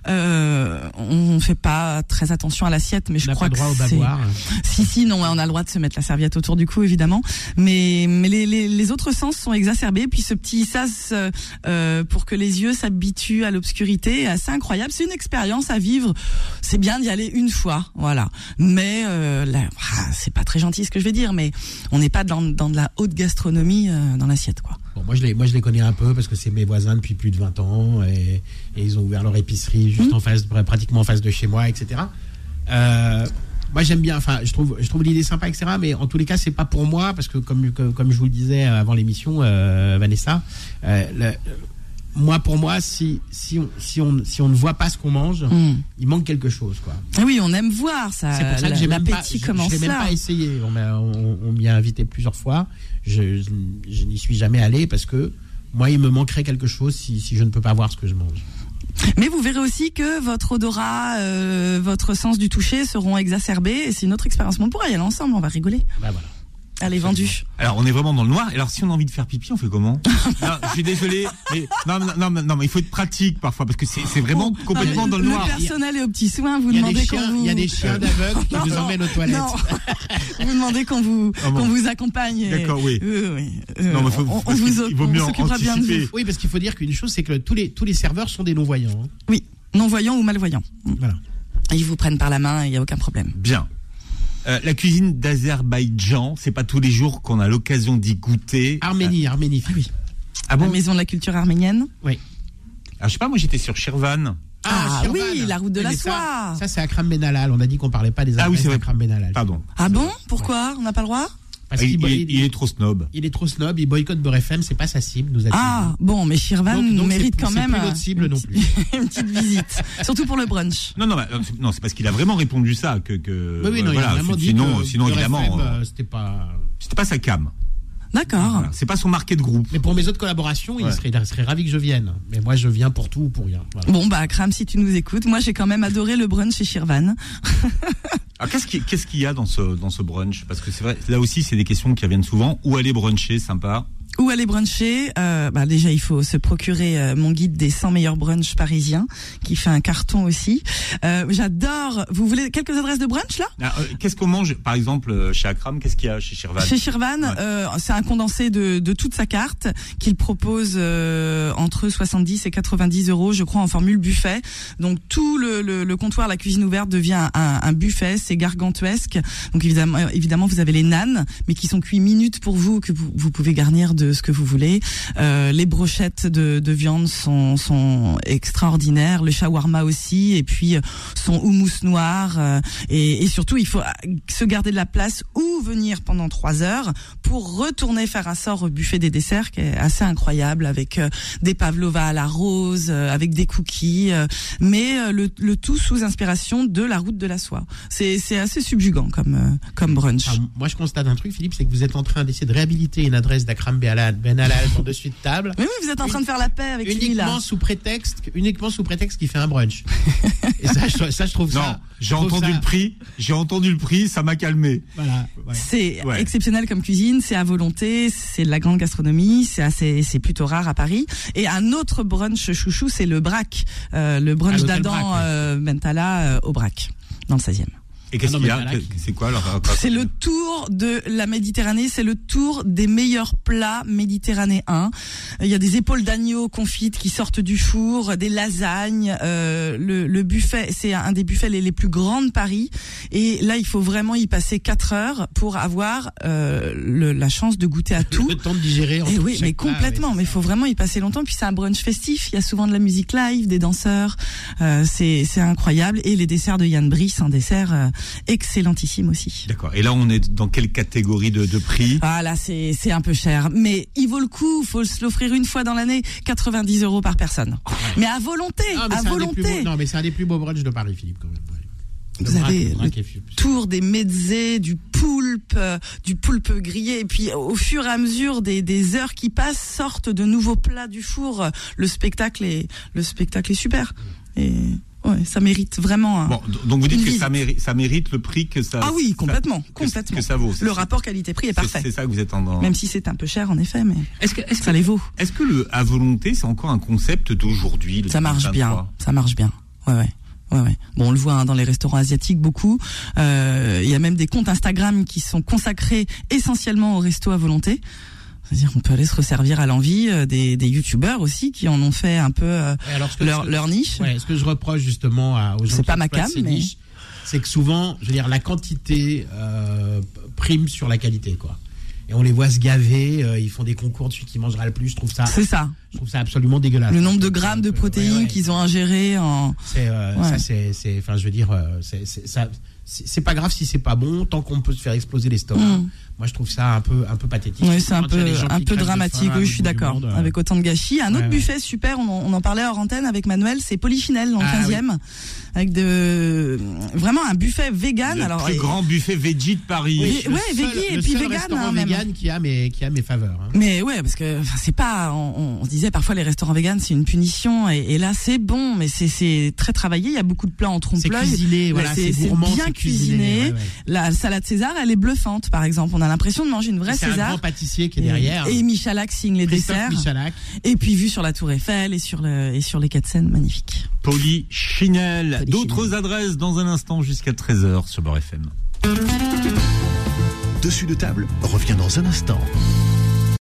[SPEAKER 4] Euh, on fait pas très attention à l'assiette, mais
[SPEAKER 3] On
[SPEAKER 4] je
[SPEAKER 3] n'a
[SPEAKER 4] crois
[SPEAKER 3] pas droit au
[SPEAKER 4] que c'est
[SPEAKER 3] bavoir.
[SPEAKER 4] si, si, non, ouais, on a le droit de se mettre la serviette autour du cou, évidemment. Mais, mais les, les, les autres sens sont exacerbés. Puis ce petit sas euh, euh, pour que les yeux s'habituent à l'obscurité est assez incroyable. C'est une expérience à vivre. C'est bien d'y aller une fois, voilà. Mais euh, là, ah, c'est pas très gentil ce que je vais dire, mais on n'est pas dans, dans de la haute gastronomie euh, dans l'assiette, quoi.
[SPEAKER 3] Bon, moi, je les, moi, je les connais un peu parce que c'est mes voisins depuis plus de 20 ans et, et ils ont ouvert leur épicerie
[SPEAKER 4] Mmh.
[SPEAKER 3] juste en face, pr- pratiquement en face de chez moi, etc. Euh, moi, j'aime bien, enfin, je trouve, je trouve l'idée sympa, etc. Mais en tous les cas, c'est pas pour moi parce que, comme, que- comme je vous le disais avant l'émission, euh, Vanessa, euh, le- moi, pour moi, si, si, on, si, on, si on ne voit pas ce qu'on mange,
[SPEAKER 4] Mmh.
[SPEAKER 3] il manque quelque chose, quoi.
[SPEAKER 4] Ah oui, on aime voir ça.
[SPEAKER 3] C'est pour ça que j'ai même pas, je,
[SPEAKER 4] L'appétit commence
[SPEAKER 3] je l'ai même
[SPEAKER 4] là.
[SPEAKER 3] pas essayé. On m'a, on, on m'y a invité plusieurs fois. Je, je, je n'y suis jamais allé parce que moi, il me manquerait quelque chose si, si je ne peux pas voir ce que je mange.
[SPEAKER 4] Mais vous verrez aussi que votre odorat, euh, votre sens du toucher seront exacerbés et c'est une autre expérience. Mais On pourra y aller ensemble, on va rigoler.
[SPEAKER 3] Bah voilà.
[SPEAKER 4] Allez, vendu.
[SPEAKER 2] Alors on est vraiment dans le noir. Alors si on a envie de faire pipi, on fait comment Non, Je suis désolé, mais non, non, non, non, mais il faut être pratique parfois parce que c'est c'est vraiment
[SPEAKER 4] Bon,
[SPEAKER 2] complètement
[SPEAKER 4] non, mais
[SPEAKER 2] dans le noir.
[SPEAKER 4] Oh, Le personnel est aux petits soins, vous
[SPEAKER 3] Il y a des
[SPEAKER 4] demandez qu'on
[SPEAKER 3] chiens,
[SPEAKER 4] vous... Euh,
[SPEAKER 3] il y a des chiens d'aveugles qui
[SPEAKER 4] Non,
[SPEAKER 3] vous
[SPEAKER 4] non,
[SPEAKER 3] emmènent aux toilettes.
[SPEAKER 4] Non, vous demandez qu'on vous,
[SPEAKER 2] Ah bon.
[SPEAKER 4] qu'on vous accompagne. et-
[SPEAKER 2] D'accord, oui.
[SPEAKER 4] Oui, oui. Euh,
[SPEAKER 2] Non, mais faut-
[SPEAKER 4] on, on
[SPEAKER 2] parce
[SPEAKER 4] vous,
[SPEAKER 2] qu'il vaut
[SPEAKER 4] on
[SPEAKER 2] mieux
[SPEAKER 4] s'occupera bien de
[SPEAKER 2] anticiper.
[SPEAKER 4] vous.
[SPEAKER 3] Oui, parce qu'il faut dire qu'une chose, c'est que tous les, tous les serveurs sont des non-voyants. hein.
[SPEAKER 4] Oui, non-voyants ou malvoyants.
[SPEAKER 3] Voilà.
[SPEAKER 4] Ils vous prennent par la main, il n'y a aucun problème.
[SPEAKER 2] Bien. Euh, la cuisine d'Azerbaïdjan, c'est pas tous les jours qu'on a
[SPEAKER 4] Ah,
[SPEAKER 2] l'occasion d'y goûter.
[SPEAKER 3] Arménie, Arménie.
[SPEAKER 2] Ah bon
[SPEAKER 4] La maison de la culture arménienne.
[SPEAKER 3] Oui.
[SPEAKER 2] Alors, je sais pas, moi j'étais sur Shirvan.
[SPEAKER 4] Ah,
[SPEAKER 3] Shirvan.
[SPEAKER 4] oui, la route de la
[SPEAKER 3] mais ça-
[SPEAKER 4] soie.
[SPEAKER 3] Ça, c'est Akram Benalal. On a dit qu'on parlait pas des
[SPEAKER 2] Ah oui,
[SPEAKER 3] adresses
[SPEAKER 2] c'est vrai.
[SPEAKER 3] d'Akram Benalal.
[SPEAKER 2] Pardon. Ah,
[SPEAKER 4] Ah bon Pourquoi On n'a pas le droit
[SPEAKER 3] Parce
[SPEAKER 2] il,
[SPEAKER 3] qu'il
[SPEAKER 2] il-
[SPEAKER 3] il,
[SPEAKER 2] il est trop snob.
[SPEAKER 3] est trop snob, il boycotte Beurre FM, c'est pas sa cible, nous a
[SPEAKER 4] Ah bon, mais Shirvan
[SPEAKER 3] Donc- donc
[SPEAKER 4] mérite
[SPEAKER 3] c'est-
[SPEAKER 4] quand
[SPEAKER 3] c'est
[SPEAKER 4] même
[SPEAKER 3] plus
[SPEAKER 4] euh,
[SPEAKER 3] notre cible
[SPEAKER 4] une
[SPEAKER 3] non
[SPEAKER 4] petite- une petite visite, surtout pour le brunch.
[SPEAKER 2] Non, non, bah, euh, c'est- non c'est parce qu'il a vraiment répondu ça que. que
[SPEAKER 3] Oui, oui, non, il
[SPEAKER 2] Euh, voilà,
[SPEAKER 3] a vraiment dit
[SPEAKER 2] sinon,
[SPEAKER 3] que
[SPEAKER 2] sinon
[SPEAKER 3] Beurre
[SPEAKER 2] évidemment,
[SPEAKER 3] FM,
[SPEAKER 2] euh,
[SPEAKER 3] euh, c'était pas.
[SPEAKER 2] c'était pas sa cam.
[SPEAKER 4] D'accord.
[SPEAKER 2] Voilà, C'est pas son market group.
[SPEAKER 3] Mais pour mes autres collaborations,
[SPEAKER 2] Ouais.
[SPEAKER 3] il, serait, il serait ravi que je vienne. Mais moi, je viens pour tout ou pour rien. Voilà.
[SPEAKER 4] Bon bah Kram, si tu nous écoutes, moi j'ai quand même adoré le brunch chez Shirvan.
[SPEAKER 2] Alors, qu'est-ce qui- qu'est-ce qu'il y a dans ce, dans ce brunch Parce que c'est vrai, là aussi, c'est des questions qui reviennent souvent. Où aller bruncher, sympa
[SPEAKER 4] Où aller bruncher Euh, bah, Déjà, il faut se procurer euh, mon guide des 100 meilleurs brunchs parisiens, qui fait un carton aussi. Euh, J'adore. Vous voulez quelques adresses de brunch là
[SPEAKER 2] Ah, euh, Qu'est-ce qu'on mange, par exemple, euh, chez Akram Qu'est-ce qu'il y a chez Shirvan
[SPEAKER 4] Chez Shirvan,
[SPEAKER 2] Ouais.
[SPEAKER 4] euh, c'est un condensé de, de toute sa carte qu'il propose euh, entre 70 et 90 euros, je crois, en formule buffet. Donc tout le, le- le comptoir, la cuisine ouverte devient un, un buffet, c'est gargantuesque. Donc évidemment, euh, évidemment, vous avez les nanes, mais qui sont cuits minutes pour vous, que vous, vous pouvez garnir de ce que vous voulez. Euh, les brochettes de, de viande sont, sont extraordinaires, le shawarma aussi, et puis euh, son houmous noir. euh, et, et surtout, il faut euh, se garder de la place ou venir pendant trois heures pour retourner faire un sort au buffet des desserts qui est assez incroyable avec euh, des pavlova à la rose, euh, avec des cookies, euh, mais euh, le, le tout sous inspiration de la route de la soie. C'est c'est assez subjugant comme, euh, comme brunch.
[SPEAKER 3] Ah, moi, je constate un truc, Philippe, c'est que vous êtes en train d'essayer de réhabiliter une adresse d'Akram Ben Benalal, Benalal en dessus de table.
[SPEAKER 4] Mais oui, vous êtes en train de faire la paix avec lui là.
[SPEAKER 3] Uniquement sous prétexte, uniquement sous prétexte qu'il fait un brunch. Et ça, je, ça, je trouve
[SPEAKER 2] Non,
[SPEAKER 3] ça. je
[SPEAKER 2] j'ai
[SPEAKER 3] trouve
[SPEAKER 2] entendu
[SPEAKER 3] ça-
[SPEAKER 2] le prix, j'ai entendu le prix, ça m'a calmé.
[SPEAKER 3] Voilà. ouais.
[SPEAKER 4] C'est
[SPEAKER 2] Ouais.
[SPEAKER 4] exceptionnel comme cuisine, c'est à volonté, c'est de la grande gastronomie, c'est assez, c'est plutôt rare à Paris. Et un autre brunch chouchou, c'est le Brac, euh, le
[SPEAKER 3] Ah,
[SPEAKER 4] brunch
[SPEAKER 3] l'hôtel Brac,
[SPEAKER 4] d'Adam
[SPEAKER 3] ouais.
[SPEAKER 4] euh, Bentala euh, au Brac, dans le 16e.
[SPEAKER 2] Et qu'est-ce
[SPEAKER 3] Ah non,
[SPEAKER 2] qu'il y
[SPEAKER 3] mais
[SPEAKER 2] a
[SPEAKER 3] voilà qui-
[SPEAKER 2] C'est quoi alors
[SPEAKER 4] C'est le tour de la Méditerranée, c'est le tour des meilleurs plats méditerranéens. Euh, Il y a des épaules d'agneau confites qui sortent du four, des lasagnes, euh, le, le buffet, c'est un des buffets les, les plus grands de Paris. Et là, il faut vraiment y passer 4 heures pour avoir euh, le- la chance de goûter à tout.
[SPEAKER 3] Le temps de digérer.
[SPEAKER 4] Et
[SPEAKER 3] entre
[SPEAKER 4] Eh oui,
[SPEAKER 3] chaque
[SPEAKER 4] mais
[SPEAKER 3] plat, ouais,
[SPEAKER 4] complètement.
[SPEAKER 3] c'est
[SPEAKER 4] mais il
[SPEAKER 3] ça.
[SPEAKER 4] faut vraiment y passer longtemps. Puis c'est un brunch festif. Il y a souvent de la musique live, des danseurs. Euh, c'est c'est incroyable. Et les desserts de Yann Brice, un dessert euh, excellentissime aussi.
[SPEAKER 2] D'accord. Et là, on est dans quelle catégorie de, de prix
[SPEAKER 4] Ah là, c'est c'est un peu cher, mais il vaut le coup. Faut se l'offrir une fois dans l'année, 90 euros par personne. Mais à volonté,
[SPEAKER 3] Ah, mais
[SPEAKER 4] à
[SPEAKER 3] c'est un des plus
[SPEAKER 4] volonté.
[SPEAKER 3] beaux- non, mais c'est un des plus beaux brunchs de Paris, Philippe, quand même. ouais. Le
[SPEAKER 4] Vous avez
[SPEAKER 3] le
[SPEAKER 4] le
[SPEAKER 3] braque est fu-
[SPEAKER 4] tour des mezzés, du poulpe, euh, du poulpe grillé. Et puis, au fur et à mesure des, des heures qui passent, sortent de nouveaux plats du four. Euh, Le spectacle est, le spectacle est super. Et ouais, ça mérite vraiment hein. un.
[SPEAKER 2] Bon, d- donc vous dites
[SPEAKER 4] Une
[SPEAKER 2] que
[SPEAKER 4] visite.
[SPEAKER 2] ça mérite, ça mérite le prix que ça.
[SPEAKER 4] ah oui,
[SPEAKER 2] ça-
[SPEAKER 4] complètement,
[SPEAKER 2] que-
[SPEAKER 4] complètement.
[SPEAKER 2] Que ça vaut. C'est-
[SPEAKER 4] le rapport qualité-prix est
[SPEAKER 2] c'est-
[SPEAKER 4] parfait.
[SPEAKER 2] C'est ça que vous êtes en. en-
[SPEAKER 4] Même si c'est un peu cher, en effet, mais
[SPEAKER 2] Est-ce que, est-ce
[SPEAKER 4] ça les vaut.
[SPEAKER 2] Est-ce que le à volonté, c'est encore un concept d'aujourd'hui le
[SPEAKER 4] Ça marche
[SPEAKER 2] 2023?
[SPEAKER 4] bien. Ça marche bien. Ouais, ouais. Ouais, ouais. Bon, on le voit hein, dans les restaurants asiatiques beaucoup. Euh, Il y a même des comptes Instagram qui sont consacrés essentiellement au resto à volonté. C'est-à-dire on peut aller se resservir à l'envie euh, des, des youtubeurs aussi qui en ont fait un peu euh,
[SPEAKER 3] Ouais, alors, ce que-
[SPEAKER 4] leur,
[SPEAKER 3] ce que-
[SPEAKER 4] leur niche.
[SPEAKER 3] Ouais, ce que je reproche justement à, aux gens
[SPEAKER 4] C'est
[SPEAKER 3] qui
[SPEAKER 4] pas ma
[SPEAKER 3] exploitent
[SPEAKER 4] cam,
[SPEAKER 3] ces
[SPEAKER 4] mais-
[SPEAKER 3] niches, c'est que souvent, je veux dire, la quantité euh, prime sur la qualité, quoi. Et on les voit se gaver, euh, ils font des concours de celui qui mangera le plus. Je trouve ça,
[SPEAKER 4] C'est ça.
[SPEAKER 3] je trouve Ah, ça absolument dégueulasse.
[SPEAKER 4] Le nombre de grammes de
[SPEAKER 3] Ouais,
[SPEAKER 4] protéines
[SPEAKER 3] ouais.
[SPEAKER 4] qu'ils ont ingérées en...
[SPEAKER 3] C'est, euh,
[SPEAKER 4] Ouais.
[SPEAKER 3] ça, c'est, c'est- enfin, je veux dire, euh, c'est, c'est- ça, c'est c'est pas grave si c'est pas bon, tant qu'on peut se faire exploser les stocks.
[SPEAKER 4] Mm.
[SPEAKER 3] Moi, je trouve ça un peu, un peu pathétique.
[SPEAKER 4] Oui, c'est un
[SPEAKER 3] Quand il y a
[SPEAKER 4] peu,
[SPEAKER 3] des gens
[SPEAKER 4] un
[SPEAKER 3] qui
[SPEAKER 4] peu
[SPEAKER 3] crèvent de
[SPEAKER 4] dramatique,
[SPEAKER 3] faim à
[SPEAKER 4] oui,
[SPEAKER 3] l'autre
[SPEAKER 4] je suis
[SPEAKER 3] bout du
[SPEAKER 4] d'accord,
[SPEAKER 3] monde, euh,
[SPEAKER 4] avec Ah autant de gâchis. Un autre
[SPEAKER 3] ouais.
[SPEAKER 4] buffet super, on, en- on en parlait hors antenne avec Manuel, c'est Polychinelle, en
[SPEAKER 3] Ah,
[SPEAKER 4] 15e, avec de, vraiment un buffet vegan.
[SPEAKER 2] Le
[SPEAKER 4] Ah, alors,
[SPEAKER 2] plus
[SPEAKER 4] et-
[SPEAKER 2] grand buffet veggie de Paris.
[SPEAKER 4] Oui.
[SPEAKER 3] le
[SPEAKER 4] ouais,
[SPEAKER 3] seul-
[SPEAKER 4] veggie et
[SPEAKER 3] le
[SPEAKER 4] puis
[SPEAKER 3] seul
[SPEAKER 4] vegan,
[SPEAKER 3] restaurant
[SPEAKER 4] hein, même.
[SPEAKER 3] vegan qui a mes, qui a mes faveurs. hein.
[SPEAKER 4] Mais ouais, parce que enfin, c'est pas, on, on se disait parfois les restaurants véganes c'est une punition et, et là c'est bon, mais c'est c'est très travaillé. Il y a beaucoup de plats en trompe
[SPEAKER 3] C'est cuisiné, voilà,
[SPEAKER 4] c'est-
[SPEAKER 3] c'est
[SPEAKER 4] c'est
[SPEAKER 3] gourmand,
[SPEAKER 4] bien
[SPEAKER 3] c'est cuisiné. ouais,
[SPEAKER 4] cuisiné.
[SPEAKER 3] ouais.
[SPEAKER 4] La salade César, elle est bluffante, par exemple. On a l'impression de manger une vraie
[SPEAKER 3] C'est un
[SPEAKER 4] César.
[SPEAKER 3] grand pâtissier qui est derrière.
[SPEAKER 4] Et, et Michalak signe les
[SPEAKER 3] Christophe
[SPEAKER 4] desserts.
[SPEAKER 3] Michalak.
[SPEAKER 4] Et puis vue sur la Tour Eiffel et sur le et sur les quatre scènes magnifiques.
[SPEAKER 2] Polychinelle.
[SPEAKER 3] Polychinelle.
[SPEAKER 2] D'autres adresses dans un instant jusqu'à 13h sur Beurre FM.
[SPEAKER 1] Dessus de table revient dans un instant.